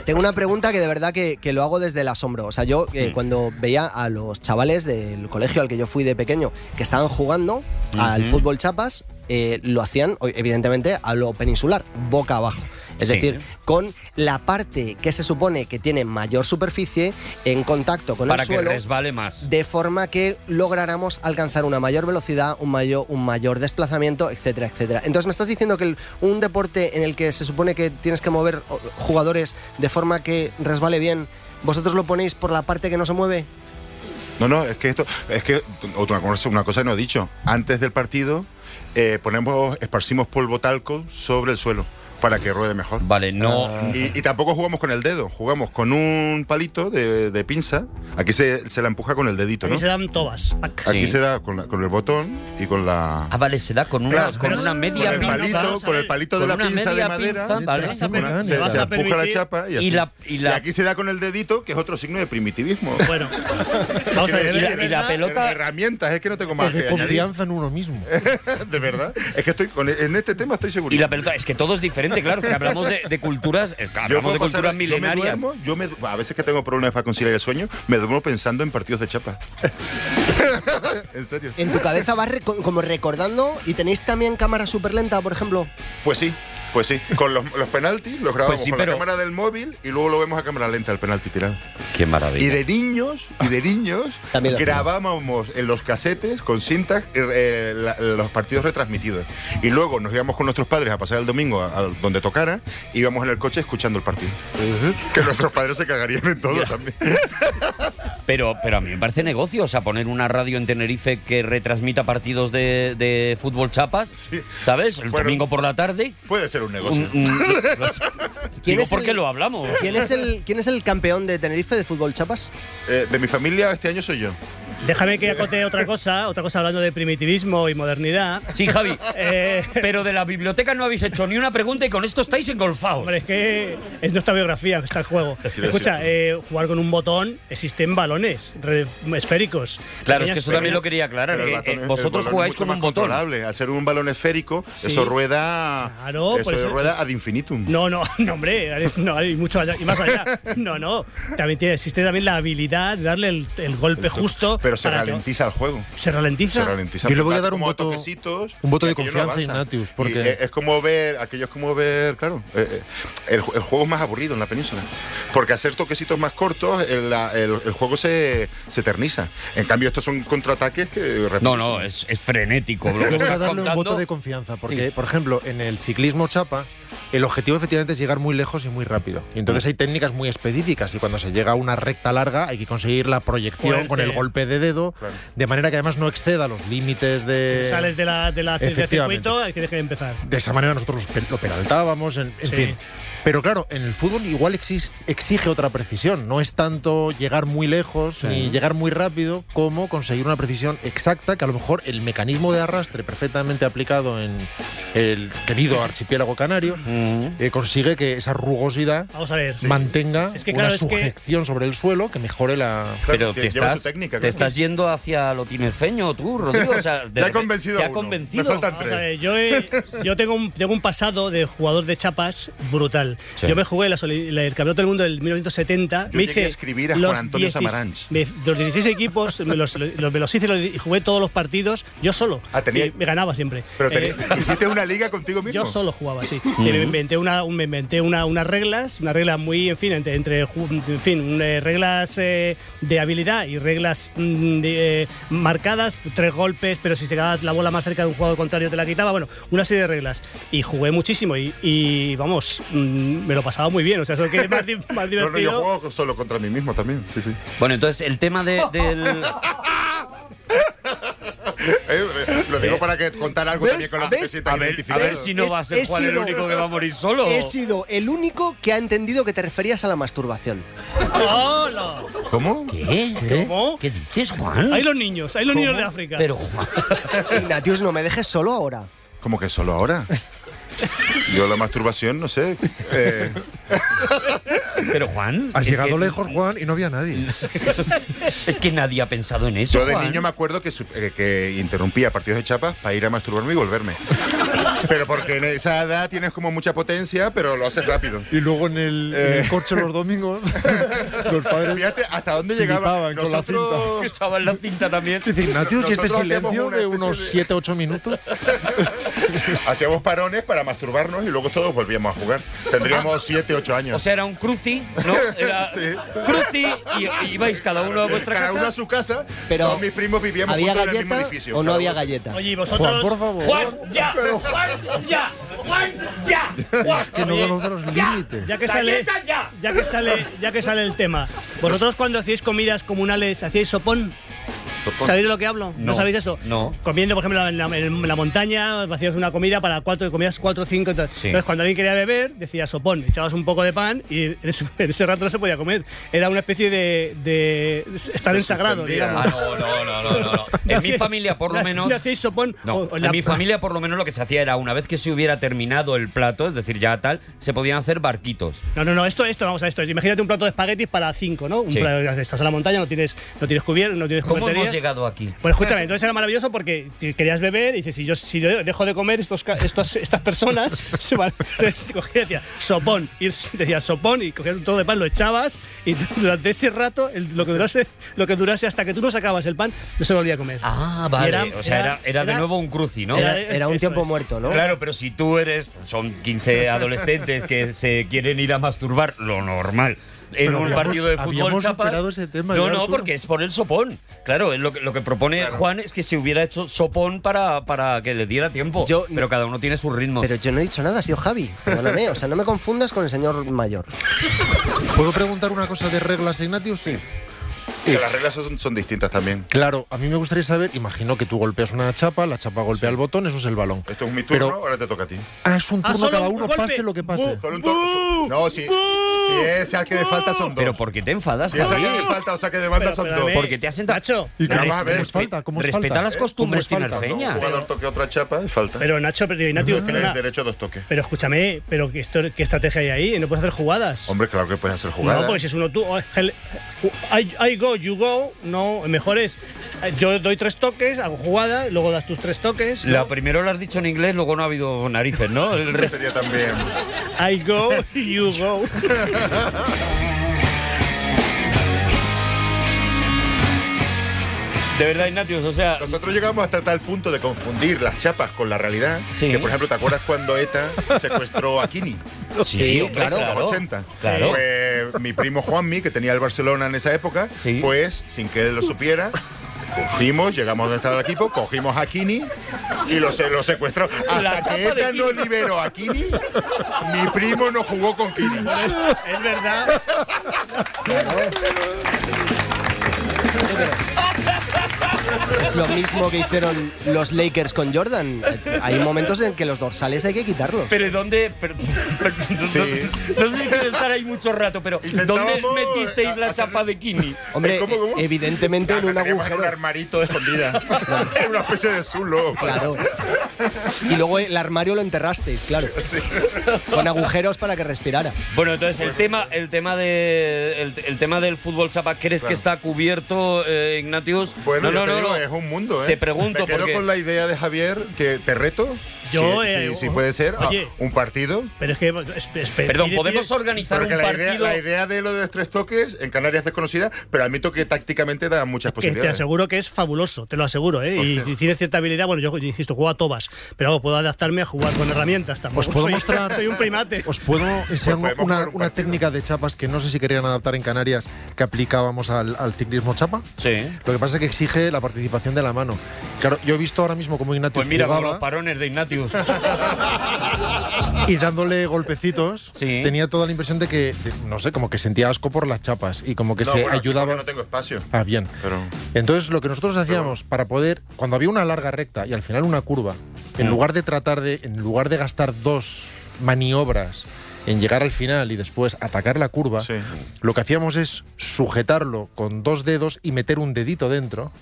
Tengo una pregunta que de verdad que, que lo hago desde el asombro. O sea, yo
Mm.
eh, cuando veía a los chavales del colegio al que yo fui de pequeño que estaban jugando al fútbol chapas, eh, lo hacían o- evidentemente a lo peninsular, boca abajo. Es
Sí.
decir, con la parte que se supone que tiene mayor superficie en contacto con
Para
el
que
suelo,
resbale más.
de forma que lográramos alcanzar una mayor velocidad, un mayor, un mayor desplazamiento, etcétera, etcétera. Entonces me estás diciendo que el- un deporte en el que se supone que tienes que mover o- jugadores de forma que resbale bien, vosotros lo ponéis por la parte que no se mueve.
No, no, es que esto, es que otra cosa, una cosa no he dicho. Antes del partido eh, ponemos, esparcimos polvo talco sobre el suelo para que ruede mejor.
Vale, no.
Y, y tampoco jugamos con el dedo, jugamos con un palito de, de pinza. Aquí se, se la empuja con el dedito,
Aquí
¿no?
se dan tobas. pac.
Aquí
Sí.
se da con, la- con el botón y con la.
Ah, vale, se da con una,
Claro,
con
pero
una
sí,
con
media
el
pinza,
palito,
vamos a
con el
ver.
palito de
Con
la
una
pinza
madera
de madera.
pinza, vale.
con una-
Te vas a
se,
permitir-
se empuja la chapa y, así.
Y la- y la-
aquí se da con el dedito, que es otro signo de primitivismo.
Bueno, vamos a ver.
Quiero
Y la-
es
decir,
y la
verdad-
pelota-
Herramientas, es que no tengo más que
Porque
añadir.
confianza en uno mismo.
De verdad. Es que estoy con, en este tema estoy seguro.
Y la pelota, es que todo es diferente, claro, que hablamos de, de culturas, eh,
Yo
hablamos
puedo
de
pasar-
culturas
yo me
milenarias.
duermo, yo me- a veces que tengo problemas para conciliar el sueño, me duermo pensando en partidos de chapa. en serio.
En tu cabeza vas reco- como recordando y tenéis también cámara súper lenta, por ejemplo.
Pues sí, pues sí. Con los, los penaltis los grabamos
Pues sí,
con
pero-
la cámara del móvil y luego lo vemos a cámara lenta el penalti tirado.
Qué
Y
maravilla.
de niños, y de niños,
También lo
grabábamos en los casetes con cintas eh, la- los partidos retransmitidos. Y luego nos íbamos con nuestros padres a pasar el domingo a, a donde tocara, y íbamos en el coche escuchando el partido. Que nuestros padres se cagarían en todo también.
Pero, pero a mí me parece negocio, o sea, poner una radio en Tenerife que retransmita partidos de, de fútbol chapas, ¿sabes? El
Bueno.
domingo por la tarde.
Puede ser un negocio.
Un, un-
¿Quién
Digo,
es
¿por
el-
qué lo hablamos?
¿Quién es el, quién es el campeón de Tenerife de fútbol chapas?
Eh, de mi familia este año soy yo.
Déjame que acote otra cosa, otra cosa hablando de primitivismo y modernidad.
Sí, Javi.
Eh,
Pero de la biblioteca no habéis hecho ni una pregunta y con esto estáis engolfados.
Hombre, es que es nuestra biografía, está el juego.
Quiero
Escucha,
decir,
eh, jugar con un botón, existen balones re- esféricos.
Claro, es
Pequeñas-
que eso también lo
pequeñas-
quería aclarar,
Pero el
que
batón
eh,
es-
vosotros
el balón es
jugáis
mucho
con
más
un botón.
controlable. Hacer un balón esférico,
Sí.
eso rueda.
Claro,
eso
por eso-
rueda ad infinitum.
No, no, no, hombre, no, hay mucho allá, y más allá. No, no, también tiene- existe también la habilidad de darle el, el golpe justo.
Pero se
para que-
ralentiza el juego.
¿Se ralentiza?
Se ralentiza.
Yo le voy a
Da
dar un
como
voto-
toquecitos
un voto
y
de
aquello no
confianza a
avanza.
Ignatius,
Y
porque-
es, es como ver, aquello es como ver, claro, eh, eh, el, ju- el juego es más aburrido en la península. Porque hacer toquecitos más cortos, el, la- el- el juego se, se eterniza. En cambio, estos son contraataques que.
No, no, es, es frenético. Lo que
Yo voy a
estás
darle un
contando.
voto de confianza, porque,
Sí.
por ejemplo, en el ciclismo chapa, el objetivo efectivamente es llegar muy lejos y muy rápido. Y entonces hay técnicas muy específicas y cuando se llega a una recta larga hay que conseguir la proyección
Fuerte.
con el golpe de dedo,
Claro.
de manera que además no exceda los límites de...
Sales de la, de la del
Efectivamente.
circuito y tienes que empezar.
De esa manera nosotros los pe- lo penaltábamos, en, en
Sí.
fin. Pero claro, en el fútbol igual exis- exige otra precisión. No es tanto llegar muy lejos ni llegar muy rápido como conseguir una precisión exacta que a lo mejor el mecanismo de arrastre perfectamente aplicado en el querido archipiélago canario eh, consigue que esa rugosidad
Vamos a ver.
mantenga
Es que,
una
claro, es que-
sujeción sobre el suelo que mejore la...
Pero
Claro,
te
que lleva su
estás,
técnica,
te
claro.
estás yendo hacia lo tinerfeño tú, Rodrigo. O sea, de
Ya he
repente-
convencido
Ya
a
ha
uno.
convencido.
Me faltan
Vamos a ver, yo, he- yo tengo, un, tengo un pasado de jugador de chapas brutal.
Sí.
Yo me jugué las oli- la- el Campeonato del Mundo del 1970.
Yo
me
llegué
hice
a escribir a Juan Antonio Samaranch.
me- los 16 equipos, me los, los- me los hice los- y jugué todos los partidos yo solo.
Ah, tenía-
Y me ganaba siempre.
Pero
Eh,
tenés- hiciste una liga contigo mismo.
yo solo jugaba así. Que me inventé, una, un- me inventé una, unas reglas, unas reglas muy, en fin, entre, entre ju- en fin, un, eh, reglas eh, de habilidad y reglas mm, de, eh, marcadas, tres golpes, pero si se quedaba la bola más cerca de un jugador contrario te la quitaba. Bueno, una serie de reglas. Y jugué muchísimo y, y, vamos, mm, mm, me lo pasaba muy bien. O sea, eso que es más, di- más
No, no, yo
divertido.
juego solo contra mí mismo también, sí, sí.
Bueno, entonces el tema de- del.
Eh, eh, lo digo para que contar algo
¿ves?
también con la
¿ves?
gente que se
A
te
ver,
identifica.
a ver si no
Es-
va a ser
he
Juan el
sido-
único que va a morir solo.
He sido el único que ha entendido que te referías a la masturbación.
¡Hola!
¿Cómo?
¿Qué?
¿Cómo?
¿Qué dices, Juan?
Hay los niños, hay los niños de África.
Pero Juan.
Ignatius, no me dejes solo ahora.
¿Cómo que solo ahora? Yo la masturbación, no sé. Eh,
Pero Juan.
Has
es
llegado
que-
lejos, Juan, y no había nadie.
Es que nadie ha pensado en eso.
yo de
Juan.
niño me acuerdo que, su- eh, que interrumpía partidos de chapas para ir a masturbarme y volverme. Pero porque en esa edad tienes como mucha potencia, pero lo haces rápido.
Y luego en el, en el coche los domingos, los padres.
Fíjate hasta dónde llegaba.
Flipaban con la
Nosotros,
Que estaba en la cinta también.
Dice Ignatius, ¿y este
Nosotros hacíamos
silencio
una
de
especie
unos
de-
7-8 minutos?
Hacíamos parones para masturbarnos y luego todos volvíamos a jugar. Tendríamos 7, 8 años.
Ah. O sea, era un cruci, ¿no? Era
Sí.
cruci y, y ibais cada uno a vuestra
cada
casa.
uno a su casa,
Pero,
todos mis primos vivíamos
¿Había
juntos en el mismo
galleta
edificio.
o no
cada
había
uno.
galleta?
Oye, ¿y
Juan,
vosotros.
por favor.
Juan, ya, Juan, ya, Juan, ya, Juan.
que no conozco los
ya,
límites.
Ya que sale.
galleta, ya.
Ya que sale, ya que sale el tema. Vosotros cuando hacíais comidas comunales, ¿hacíais sopón? ¿Sabéis de lo que hablo? ¿No,
No,
sabéis eso?
no.
Comiendo, por ejemplo, en la, en la montaña, hacías una comida para cuatro, comías cuatro o cinco. tal.
Sí.
Entonces, cuando alguien quería beber, decías sopón, echabas un poco de pan y en ese, en ese rato no se podía comer. Era una especie de, de estar
Se
ensagrado,
suspendía.
digamos.
Ah, no, no, no, no, no, no. En mi
Hacíais-
familia, por lo
no-
menos.
No hacíais sopón.
No,
o- o
en
la-
mi familia por lo menos lo que se hacía era una vez que se hubiera terminado el plato, es decir, ya tal, se podían hacer barquitos.
No, no, no, esto, esto, vamos a esto. Imagínate un plato de espaguetis para cinco, ¿no? Un
Sí.
plato- estás en la montaña, no tienes, no tienes cubierto, no tienes
¿Cómo
cubertería.
hemos llegado aquí?
Pues escúchame, entonces era maravilloso porque te- querías beber y dices, si yo, si yo dejo de comer, estos, ca- estos- estas personas se van. Entonces cogía, decía, sopón, y decía sopón y cogías un trozo de pan, lo echabas y durante ese rato, el- lo, que durase, lo que durase hasta que tú no sacabas el pan, no se volvía a comer.
Ah, vale.
Era-
o sea, era, era de
era-
nuevo un cruci, ¿no?
Era-
Era, era un
eso
tiempo
es.
muerto, ¿no?
Claro, pero si tú eres, son 15 adolescentes que se quieren ir a masturbar, lo normal. En
Pero
un
habíamos-
partido de fútbol
habíamos
chapa.
superado ese tema
no,
ya,
no,
Arturo.
porque es por el sopón. Claro, es lo que, lo que propone Juan es que se hubiera hecho sopón para, para que le diera tiempo.
Yo-
pero cada uno tiene sus ritmos.
Pero yo no he dicho nada, ha sido Javi. Perdóname, o sea, no me confundas con el señor mayor.
¿Puedo preguntar una cosa de reglas, Ignatius? Sí.
Que las reglas son, son distintas también.
Claro, a mí me gustaría saber, imagino que tú golpeas una chapa, la chapa golpea el botón, eso es el balón.
Esto es mi turno,
Pero-
ahora te toca a ti.
Ah, es un
Ah,
turno
solo
cada
un
uno,
golpe.
pase lo que pase.
Bu-
Solo un to- No, si, si es saque de falta son dos.
Pero ¿por qué te enfadas,
si es saque
Javi?
de falta o saque de banda
Pero,
son
espérame.
dos.
Porque te has sentado.
Nacho.
¿Y cómo-
Vamos a ver,
cómo es falta? ¿Cómo es
respeta
falta?
las
¿Eh?
costumbres,
¿Cómo es falta?
Cuando
Tinerfeña.
un jugador toque otra chapa, es falta.
Pero Nacho, pero Ignatius,
Tienes
perdona,
derecho a dos toques.
pero escúchame, pero ¿qué, esto- qué estrategia hay ahí? No puedes hacer jugadas.
Hombre, claro que puedes hacer jugadas.
No,
pues,
porque si es uno tú. o el- I, I go, you go. No, mejor es. eh, Yo doy tres toques, hago jugada, luego das tus tres toques. ¿no?
La primero lo has dicho en inglés, luego no ha habido narices, ¿no? El
Ese
resto-
sería también.
I go, you go.
De verdad, Ignatius, o sea,
Nosotros llegamos hasta tal punto de confundir las chapas con la realidad.
Sí.
Que, por ejemplo, ¿te acuerdas cuando ETA secuestró a Kini?
Sí,
hombre, claro.
En los 80.
Claro.
Pues mi primo Juanmi, que tenía el Barcelona en esa época,
Sí.
pues sin que él lo supiera, cogimos, llegamos donde estaba el equipo, cogimos a Kini y lo, se- lo secuestró.
La
Hasta
chapa
que
de
ETA no
Kini.
liberó a Kini, mi primo no jugó con Kini.
Es, es verdad.
Es lo mismo que hicieron los Lakers con Jordan. Hay momentos en que los dorsales hay que quitarlos.
Pero ¿dónde? pero- pero- no-
Sí.
no, no sé si quiero estar ahí mucho rato, pero ¿dónde
Intentábamos,
metisteis
eh,
la
hacer-
chapa de Kini?
Hombre, e-
¿Cómo, cómo?
evidentemente
Ah,
en un
la teníamos en un
agujero.
armarito de escondida. Era una especie de zulo.
Claro. Y luego el armario lo enterrasteis, claro. Con agujeros para que respirara.
Bueno, entonces el tema, el tema de, el, el tema del fútbol chapa, ¿crees que
Claro.
está cubierto, eh, Ignatius?
Bueno,
no,
yo
no,
te
no,
digo,
no.
es un mundo, ¿eh?
Te pregunto
Me quedo
porque-
con la idea de Javier, que te reto.
Yo,
si,
eh,
si- si puede ser, a
oye.
un partido.
Pero es que. pues, es- es-
Perdón,
pide-
podemos
pide-
organizar
Porque
un
la idea,
partido.
la idea de lo de los tres toques en Canarias es desconocida, pero admito que tácticamente da muchas
que te
posibilidades.
aseguro que es fabuloso, te lo aseguro, ¿eh? Y si tienes cierta habilidad, bueno, yo insisto, juego a tobas, pero vamos, puedo adaptarme a jugar con herramientas tampoco.
Os puedo
soy,
mostrar-
Soy un primate.
Os puedo enseñar
Pues podemos
una,
jugar un
una
partido.
técnica de chapas que no sé si querían adaptar en Canarias que aplicábamos al, al ciclismo chapa.
Sí.
Lo que pasa es que exige la participación de la mano. Claro, yo he visto ahora mismo cómo Ignatius
Pues mira, con los
jugaba
parones de Ignatius.
y dándole golpecitos,
Sí.
tenía toda la impresión de que, de- no sé, como que sentía asco por las chapas y como que
No,
se
bueno, aquí
ayudaba.
porque No tengo espacio.
Ah, bien.
Pero
Entonces, lo que nosotros hacíamos para poder, cuando había una larga recta y al final una curva,
Mm.
en lugar de tratar de, en lugar de gastar dos maniobras en llegar al final y después atacar la curva,
Sí.
lo que hacíamos es sujetarlo con dos dedos y meter un dedito dentro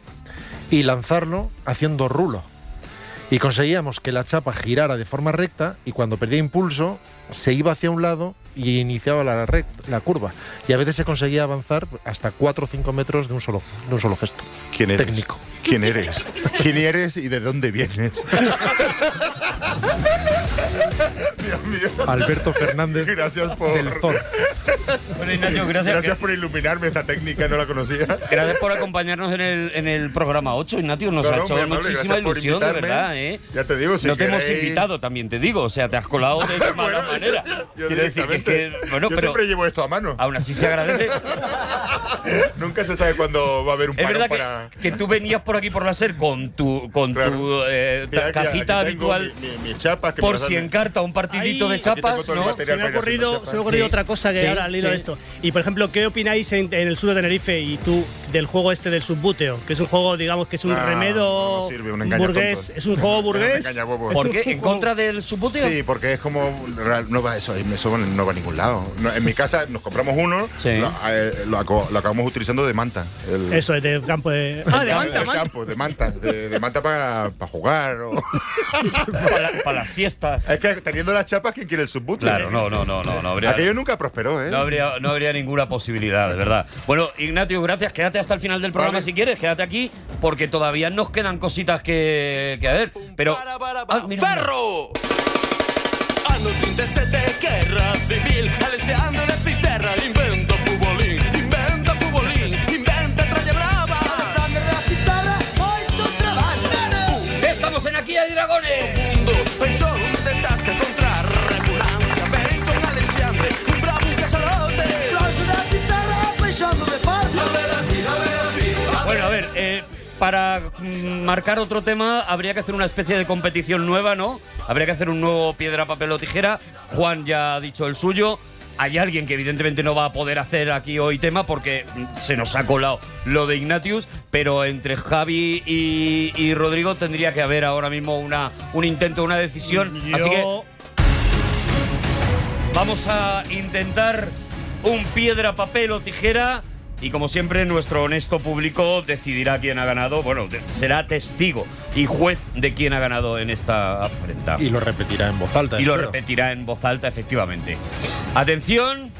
y lanzarlo haciendo rulo. Y conseguíamos que la chapa girara de forma recta y cuando perdía impulso se iba hacia un lado y iniciaba la, rect- la curva. Y a veces se conseguía avanzar hasta 4 o 5 metros de un solo, de un solo gesto.
¿quién eres?
Técnico.
¿Quién eres? ¿Quién eres y de dónde vienes? Dios mío.
Alberto Fernández
Gracias
del
por.
Zor.
Bueno, Ignacio, gracias.
Gracias por iluminarme esta técnica, no la conocía.
Gracias por acompañarnos en el, en el programa 8, Ignatius. Nos
Claro,
ha
muy
hecho
amable,
muchísima
gracias por
ilusión, de
invitarme.
verdad, ¿eh?
Ya te digo, si
No te hemos
queréis-
invitado, también te digo. O sea, te has colado de mala
Bueno, yo-
manera.
Yo,
Quiero decir que es
directamente.
que, bueno,
Yo
pero
siempre llevo esto a mano.
aún así se agradece.
Nunca se sabe cuándo va a haber un
Es
paro
verdad
para.
que, que tú venías por aquí por la SER con tu, con tu
Claro.
eh,
Mira, aquí- aquí
cajita
tengo
habitual
mi- mi- mis chapas que me
por
las
si
han-
encarta un partidito
Ahí-
de
aquí tengo
chapas,
todo el
¿no?
material.
Se me ha
para ir haciendo
ocurrido,
chapas.
se me ha ocurrido
Sí,
otra cosa que
sí,
ahora al hilo
sí.
de esto. Y por ejemplo, ¿qué opináis en, en el sur de Tenerife y tú del juego este del subbuteo? Que es un juego, digamos, que es un
Ah,
remedo
no, no sirve, un engañatonto.
burgués. Es un juego burgués.
engañabobos.
Es
¿Por
un
qué? ¿En
juego-
contra del subbuteo?
Sí, porque es como real- no va eso, ahí eso no va a ningún lado. No, en mi casa nos compramos uno,
Sí.
lo, eh, lo aco- lo acabamos utilizando de manta. El-
Eso es del campo de. Ah, de
el
manta,
del
manta.
campo, de manta, de, de manta para jugar. o-
Para, la- para las siestas.
Es que teniendo las chapas, ¿quién quiere el subbuteo?
Claro, no, no, no, no, no habría.
Aquello nunca prosperó, ¿eh?
No habría, no habría ninguna posibilidad, de verdad. Bueno, Ignacio, gracias. Quédate hasta el final del programa
Vale.
si quieres. Quédate aquí porque todavía nos quedan cositas que, que hacer. Pero... Ah, mira, mira.
¡Ferro! Anotín de sete, guerra civil, aleseando de cisterra, inventa futbolín, inventa futbolín, inventa tralla brava. Alessandro de la cisterra, hoy tu trabajo.
Estamos en Aquí hay dragones.
mundo pensó de tasca contra repugnancia, pero con Alexandre, un bravo cachalote. Los de la cisterra, pensando de farsa. A ver, así, a ver, así, a ver.
Bueno, a ver, eh, para mm, marcar otro tema habría que hacer una especie de competición nueva, ¿no? Habría que hacer un nuevo piedra, papel o tijera. Juan ya ha dicho el suyo. Hay alguien que evidentemente no va a poder hacer aquí hoy tema porque mm, se nos ha colado lo de Ignatius, pero entre Javi y, y Rodrigo tendría que haber ahora mismo una, un intento, una decisión. Así que
Yo-
Vamos a intentar un piedra, papel o tijera. Y como siempre, nuestro honesto público decidirá quién ha ganado. Bueno, de- será testigo y juez de quién ha ganado en esta afrenta.
Y lo repetirá en voz alta.
Y lo
espero.
repetirá en voz alta, efectivamente. Atención.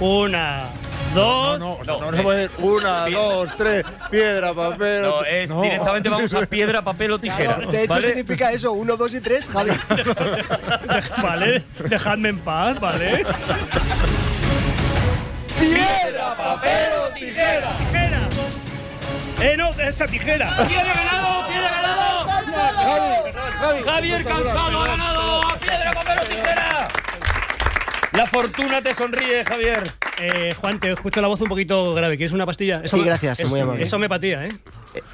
Una, dos.
No, no,
No,
no, no
eh.
se puede decir una, dos, tres, piedra, papel.
No,
otra-
es
No.
directamente vamos a piedra, papel o tijera.
De hecho,
¿vale?
significa eso: uno, dos y tres, Javi.
Vale, dejadme en paz, ¿vale?
Piedra, papel o tijera.
¡Tijera! ¡Eh, no! ¡Esa tijera!
¿Quién ha ganado? ¿Quién ha ganado?
Javi, Javi,
Javier Cansado ha ganado. a Piedra, papel o tijera. La fortuna te sonríe, Javier.
Eh, Juan, te escucho la voz un poquito grave. ¿Quieres una pastilla?
Sí,
me-
gracias,
eso-
muy amable.
Eso me patía, ¿eh?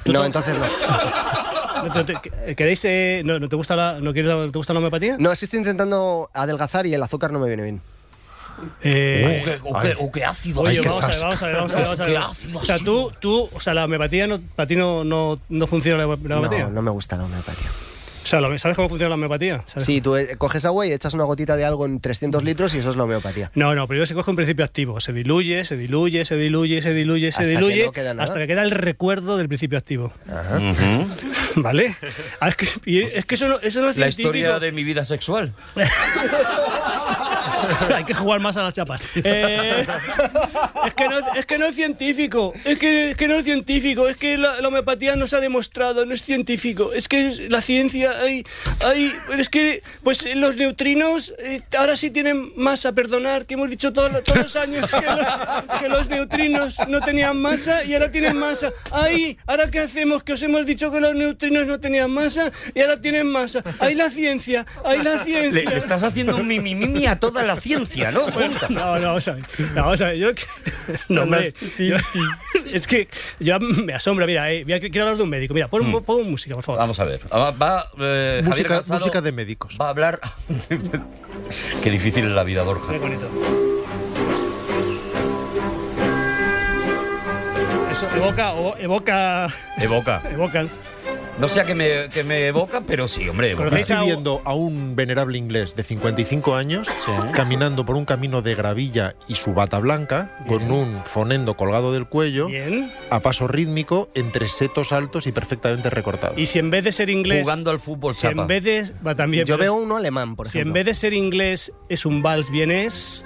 No, entonces no.
No, no, te- ¿Queréis? eh, no, no te gusta la, no quieres, la- ¿Te gusta la homeopatía?
No, es que estoy intentando adelgazar y el azúcar no me viene bien.
Eh,
Ay.
ácido.
Oye,
qué
vamos a, ver,
zasca.
vamos a ver, vamos a ver, vamos a ver.
Qué ácido
O sea, tú, tú, o sea, la homeopatía no, para ti no, no, no funciona la la homeopatía.
No, no me gusta la homeopatía.
O sea, lo- ¿sabes cómo funciona la homeopatía? ¿Sabes?
Sí, tú eh, coges agua y echas una gotita de algo en 300 litros y eso es la homeopatía.
No, no, primero se coge un principio activo. Se diluye, se diluye, se diluye, se diluye, se
Hasta que
diluye.
no queda nada.
Hasta que queda el recuerdo del principio activo. ¿Vale? Ah, Es que, y es que eso, no, eso no es
La
científico.
historia de mi vida sexual.
Hay que jugar más a las chapas. Eh, es, que no, es que no es científico. Es que, es que no es científico. Es que la, la homeopatía no se ha demostrado. No es científico. Es que es- la ciencia. Hay, hay, es que pues los neutrinos eh, ahora sí tienen masa. Perdonar, que hemos dicho todos los- todos los años que, lo- que los neutrinos no tenían masa y ahora tienen masa. ¡Ay! ¿Ahora qué hacemos? Que os hemos dicho que los neutrinos no tenían masa y ahora tienen masa. ¡Ay, la ciencia! ¡Ay, la ciencia!
Le, le estás haciendo un mimimimi a toda la ciencia, ¿no?
Bueno,
Junta.
no, no, vamos a ver. No, vamos a ver. Yo, que- no, hombre, yo- es que yo me asombra. Mira, eh, voy a- quiero hablar de un médico. Mira, pon, pon música, por favor.
Vamos a ver. Va, va, eh, Javier
Música-
Casado
música de médicos.
Va a hablar. Qué difícil es la vida, Borja.
Muy bonito. Eso evoca, o- evoca,
Evoca.
evocan.
No sé a qué me, qué me evoca, pero sí, hombre. evoca.
Pero
Yo estoy
esa-
viendo a un venerable inglés de 55 años caminando por un camino de gravilla y su bata blanca, con un fonendo colgado del cuello,
Bien.
a paso rítmico, entre setos altos y perfectamente recortados.
Y si en vez de ser inglés,
Jugando al fútbol,
si en
chapa.
vez de va también.
Yo
pero
veo uno alemán, por
si en
ejemplo.
vez de ser inglés es un vals vienés,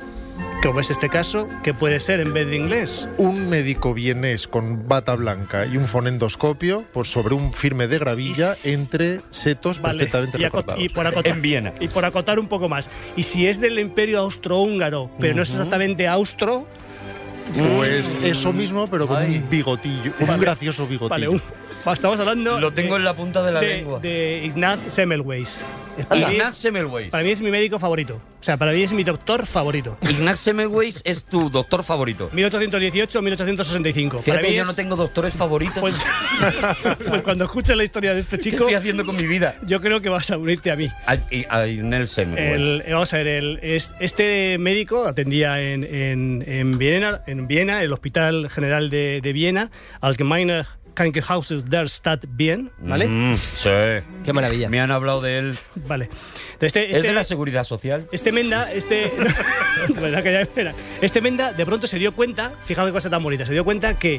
como es este caso, ¿qué puede ser en vez de inglés?
Un médico vienés con bata blanca y un fonendoscopio por sobre un firme de gravilla
Is-
entre setos
Vale.
perfectamente
Y, acot-
recortados.
y por acotar,
En Viena.
y por acotar un poco más. Y si es del imperio austrohúngaro, pero no es exactamente austro,
Pues eso mismo, pero con
Ay.
un bigotillo, con un
Vale.
gracioso bigotillo.
vale, un- estamos hablando.
Lo tengo
de-
en la punta de la
de,
lengua.
de Ignaz Semmelweis. Para mí-
Ignaz Semmelweis.
Para mí es mi médico favorito. O sea, para mí es mi doctor favorito.
Ignaz Semmelweis es tu doctor favorito.
1818-1865. Para
Fíjate,
mí
yo
es-
no tengo doctores favoritos.
Pues, pues cuando escuches la historia de este
¿Qué
chico,
estoy haciendo con mi vida?
yo creo que vas a unirte a mí.
A, y- a Ignaz Semmelweis.
El- eh, vamos a ver, el- es- este médico atendía en, en- en Viena, en Viena, el Hospital General de, de Viena, Allgemeine Krankenhaus der Stadt Bien, ¿vale?
Mm, sí.
Qué maravilla.
Me han hablado de él.
Vale. Este,
¿Es
este-
de la seguridad social?
Este Menda, este. Bueno, que ya espera. Este Menda de pronto se dio cuenta, fijaos qué cosa tan bonita, se dio cuenta que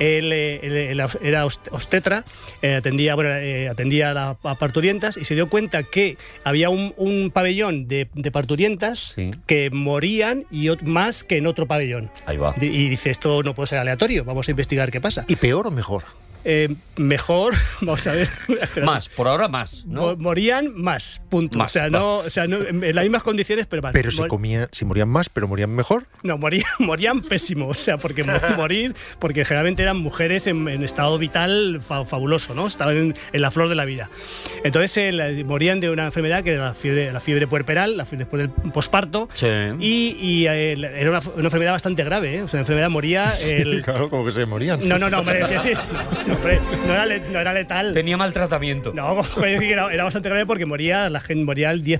él, eh, él, eh, era os- era os- obstetra, eh, atendía, bueno, eh, atendía a, la- a parturientas y se dio cuenta que había un, un pabellón de, de parturientas
Sí.
que morían y ot- más que en otro pabellón.
Ahí va.
Di- Y dice, esto no puede ser aleatorio, vamos a investigar qué pasa.
¿Y peor o mejor?
Eh, mejor, vamos a ver. espérate.
Más, por ahora más.
Mo-
¿no?
Morían más, punto.
Más,
o sea, no, o sea, no- en en las mismas condiciones, pero más.
Pero si,
Mor-
comía, si morían más, pero morían mejor.
No, morían, morían pésimo, o sea, porque mo- morir, porque generalmente eran mujeres en, en estado vital fa- fabuloso, ¿no? Estaban en, en la flor de la vida. Entonces eh, la- morían de una enfermedad que era la fiebre, la fiebre puerperal, la fiebre, después del posparto.
Sí.
Y, y, eh, la- era una, una enfermedad bastante grave, ¿eh? O sea, la enfermedad moría
Sí,
el...
claro, como que se morían.
No, no, no, hombre, quiero decir, no, hombre, no era, le- no era letal.
Tenía maltratamiento.
No, quiero decir que era, era bastante grave porque moría, la gente moría el 10%.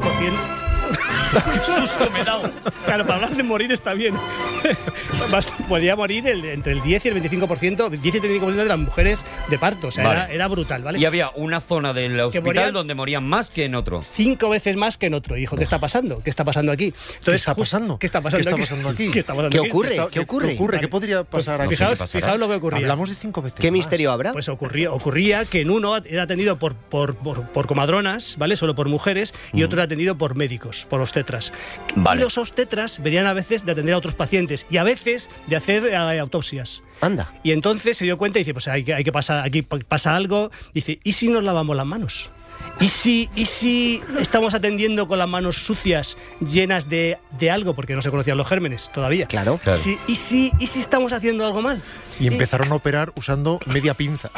Susto me he dado.
Claro, para hablar de morir está bien. Vas- podía morir el- entre el 10 y el 25%, 10 y 35% de las mujeres de parto. O sea,
Vale.
era, era brutal, ¿vale?
Y había una zona del hospital
morían-
donde morían más que en otro.
Cinco veces más que en otro. Y Dijo, ¿qué está pasando? ¿Qué está pasando aquí? Entonces,
¿Qué está
ju-
pasando?
¿Qué está pasando,
¿Qué está pasando aquí?
¿Qué está pasando
¿Qué
aquí?
ocurre?
está-
¿Qué ocurre?
¿Qué, ocurre? ¿Qué
Vale. Pues
podría pasar aquí?
Fijaos,
pasará.
fijaos lo que ocurría.
Hablamos de cinco veces.
¿Qué
más.
misterio habrá?
Pues ocurría, ocurría que en uno era atendido por, por, por- por comadronas, ¿vale? Solo por mujeres, y otro era atendido por médicos, por obstetras.
Vale.
Y los obstetras venían a veces de atender a otros pacientes y a veces de hacer eh, autopsias.
Anda.
Y entonces se dio cuenta y dice, pues hay que, hay que pasar, aquí pa- pasa algo. Dice, ¿y si nos lavamos las manos? ¿Y si, ¿Y si estamos atendiendo con las manos sucias, llenas de, de algo? Porque no se conocían los gérmenes todavía.
Claro.
Claro.
Sí, ¿Y, si, ¿Y si estamos haciendo algo mal?
Y empezaron a operar usando media pinza.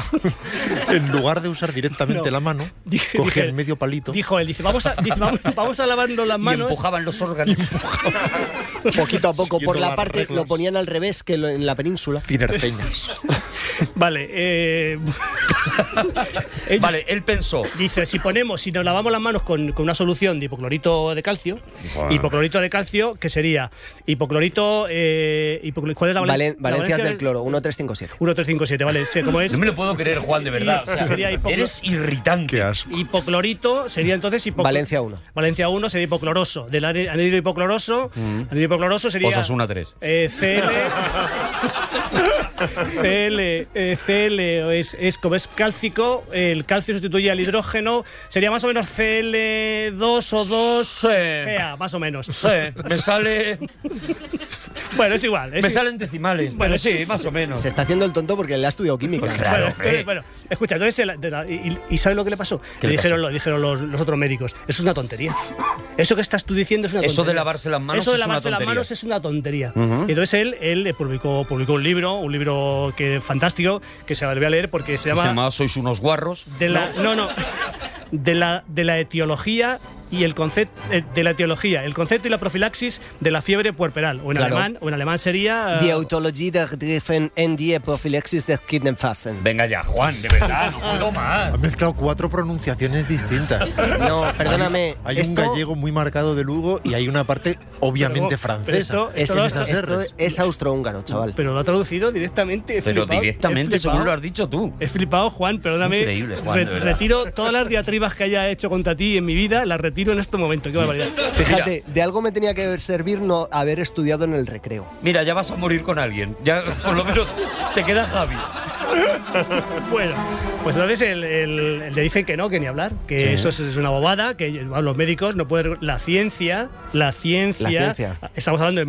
en lugar de usar directamente
No.
la mano,
Dije-
cogían
dije-
medio palito.
Dijo él, dice, vamos a, dice, vamos, vamos a lavarnos las
Y
manos.
empujaban los órganos.
Poquito a poco, por
Siguiendo
la
las
parte
reglas.
lo ponían al revés que lo- en la península.
Tinerceñas.
Vale, eh, ellos-
vale, él pensó.
Dice, si ponemos, si nos lavamos las manos con, con una solución de hipoclorito de calcio, hipoclorito de calcio, que sería hipoclorito, eh, hipoclo- ¿cuál es la
Valen-
valen- la
Valencias del
Valencia
cloro, 1357.
1357, vale, sé cómo es.
No me lo puedo creer, Juan, de verdad. O sea,
Sería hipoclo-
eres irritante.
Qué asco.
Hipoclorito sería entonces hipoc-
Valencia 1.
Valencia 1 sería hipocloroso. Del are- anhidro hipocloroso, anhidro hipocloroso sería.
Osasuna 3.
Eh, CL. CL, eh, CL o es, es como es cálcico, el calcio sustituye al hidrógeno, sería más o menos CL2 o 2
Sí.
fea, más o menos.
Sí, me sale.
Bueno, es igual. es
Me
i-
salen decimales. Bueno, sí, más o menos.
Se está haciendo el tonto porque él ha estudiado química.
Bueno, entonces, bueno, escucha, entonces, el- de la- y, y- y ¿sabes lo que le pasó?
eh. ¿Qué
Le
le pasó?
dijeron, lo, dijeron los, los otros médicos, eso es una tontería. Eso que estás tú diciendo es una
Eso
tontería.
de lavarse las manos
Eso de
es una
lavarse las
tontería.
manos es una tontería. Y entonces él, él publicó, publicó un libro, un libro que fantástico, que se voy a leer porque se
Se
llama
llamaba Sois unos guarros.
De la, no, no. De la, de la etiología y el concepto de la etiología, el concepto y la profilaxis de la fiebre puerperal. O en
Claro.
alemán, o en alemán sería. eh,
Die Autologie der Griffen en die Prophylaxis der Kidneyfasten.
Venga ya, Juan, de verdad, no puedo más.
Ha mezclado cuatro pronunciaciones distintas.
No, perdóname.
Hay
esto-
un gallego muy marcado de Lugo y hay una parte obviamente
pero
francesa.
esto-
Es
Es,
lo
en
has-
esas
esto
Rs.
es austrohúngaro, chaval.
Pero lo ha traducido directamente. he
Pero
flipado, he
directamente,
flipado.
según lo has dicho tú.
He flipado, Juan, perdóname.
Es increíble, Juan, de
Re-
verdad.
retiro todas las diatribas que haya hecho contra ti en mi vida, las retiro en este momento. Qué barbaridad.
Fíjate, de algo me tenía que servir no haber estudiado en el recreo.
Mira, ya vas a morir con alguien. Ya, por lo menos, te queda Javi.
Bueno, pues entonces el- el- el le dicen que no, que ni hablar, que eso es, es una bobada, que vamos, los médicos no pueden. La ciencia, la ciencia,
La ciencia.
estamos hablando de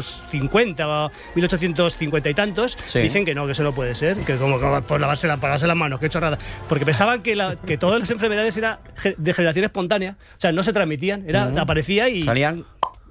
1850 o 1850 y tantos,
Sí.
dicen que no, que eso no puede ser, que como como por lavarse, la- por lavarse las manos, que chorrada. Porque pensaban que, la- que todas las enfermedades eran de generación espontánea, o sea, no se transmitían, era, aparecía y.
Salían,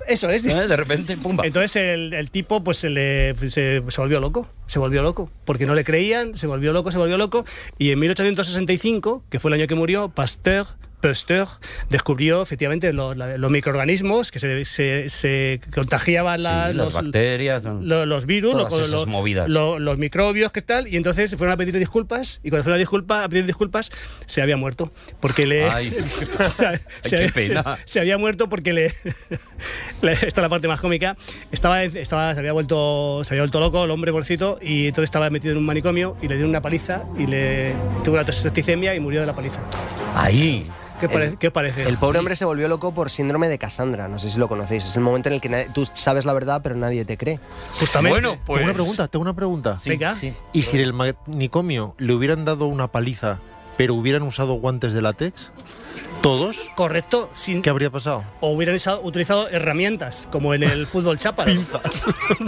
Eso es.
¿eh? de repente, pumba.
Entonces el, el tipo pues se, le, se, se volvió loco, se volvió loco, porque no le creían, se volvió loco, se volvió loco, y en 1865, que fue el año que murió, Pasteur... Pasteur descubrió efectivamente los, la- los microorganismos que se, se, se contagiaban la-
Sí, las
los,
bacterias. ¿no?
lo- los virus,
Todas
lo-
esas
lo-
movidas.
lo- los microbios, que tal? Y entonces se fueron a pedir disculpas y cuando fueron a, disculpa, a pedir disculpas se había muerto. Porque le...
Ay.
se, se-
qué pena.
se- se había muerto porque le... le- esta es la parte más cómica. Estaba, estaba, se, había vuelto, se había vuelto loco el hombre, pobrecito, y entonces estaba metido en un manicomio y le dieron una paliza y le tuvo una septicemia y murió de la paliza.
Ahí.
¿Qué, pare-
El-
qué os parece?
El pobre hombre se volvió loco por síndrome de Cassandra. No sé si lo conocéis. Es el momento en el que na- tú sabes la verdad, pero nadie te cree.
Justamente.
Bueno, pues.
Tengo una pregunta, tengo una pregunta.
Sí,
Venga.
sí.
¿Y si en el manicomio le hubieran dado una paliza, pero hubieran usado guantes de látex? ¿Todos?
Correcto, sin,
¿Qué habría pasado?
o hubieran usado- utilizado herramientas, como en el fútbol chapas.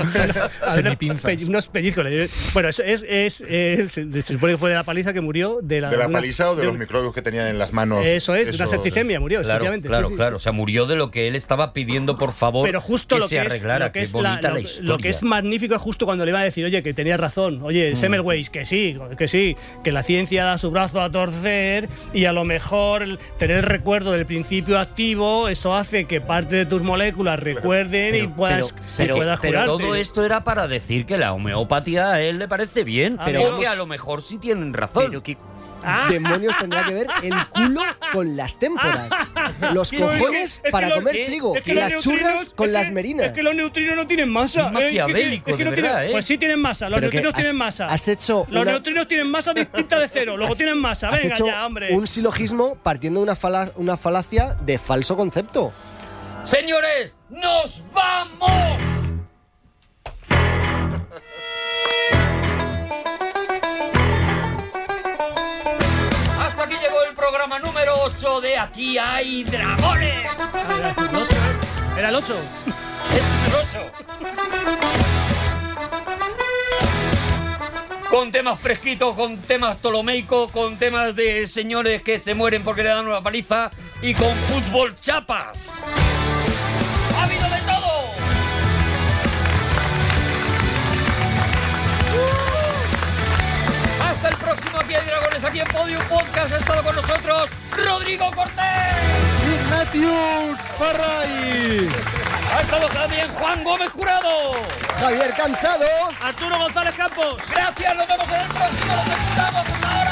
Semipinzas.
Unos, pellizcos. le- Bueno, eso es, es, es- se supone que fue de la paliza que murió. De la,
¿De la
una-
paliza o de
de
los
un-
microbios que tenían en las manos?
Eso es, de una septicemia murió,
Claro,
efectivamente.
claro,
sí, sí,
claro. O sea, murió de lo que él estaba pidiendo, por favor,
Pero justo
que
lo
se
que, es,
arreglara.
lo que
Qué
es la-
bonita la,
lo-
historia.
lo que es magnífico es justo cuando le iba a decir, oye, que tenías razón, oye, Semmelweis, que sí, que sí, que la ciencia da su brazo a torcer y a lo mejor el- tener el recuerdo del principio activo, eso hace que parte de tus moléculas recuerden y
Pero-
puedas,
pero-
y
pero-
puedas
Pero
curarte.
todo esto era para decir que la homeopatía a él le parece bien,
Ah,
pero
pero-
que a lo mejor sí tienen razón.
Pero qué
Ah.
demonios tendrá que ver el culo con las témporas. Los
Quiero decir,
cojones
es que
para
lo-
comer
es-
trigo.
es que
Y
los
las
neutrinos-
churras con
es
las
que-
merinas.
Es que los neutrinos no tienen
Es
masa. eh, que tiene-
maquiavélico,
es que
de
no tienen-
verdad, ¿eh?
Pues sí tienen masa. Los
Pero que
neutrinos
has-
tienen masa.
has hecho
Los
una-
neutrinos tienen masa distinta de cero. Luego
Has-
tienen masa.
has
Venga
hecho
ya, hombre.
un silogismo partiendo de una, fala- una falacia de falso concepto.
Señores, nos vamos. Hasta aquí llegó el programa número 8 de Aquí hay dragones.
Era el 8.
Este es el 8. Con temas fresquitos, con temas ptolomeicos, con temas de señores que se mueren porque le dan una paliza y con fútbol chapas. ¡Ha habido de todo! ¡Uh! Hasta el próximo Aquí hay Dragones, aquí en Podium Podcast ha estado con nosotros Rodrigo Cortés.
Ignatius Farray.
Ha estado también Juan Gómez Jurado.
Javier Cansado.
Arturo González Campos.
Gracias, nos vemos en el próximo. Nos escuchamos hasta ahora.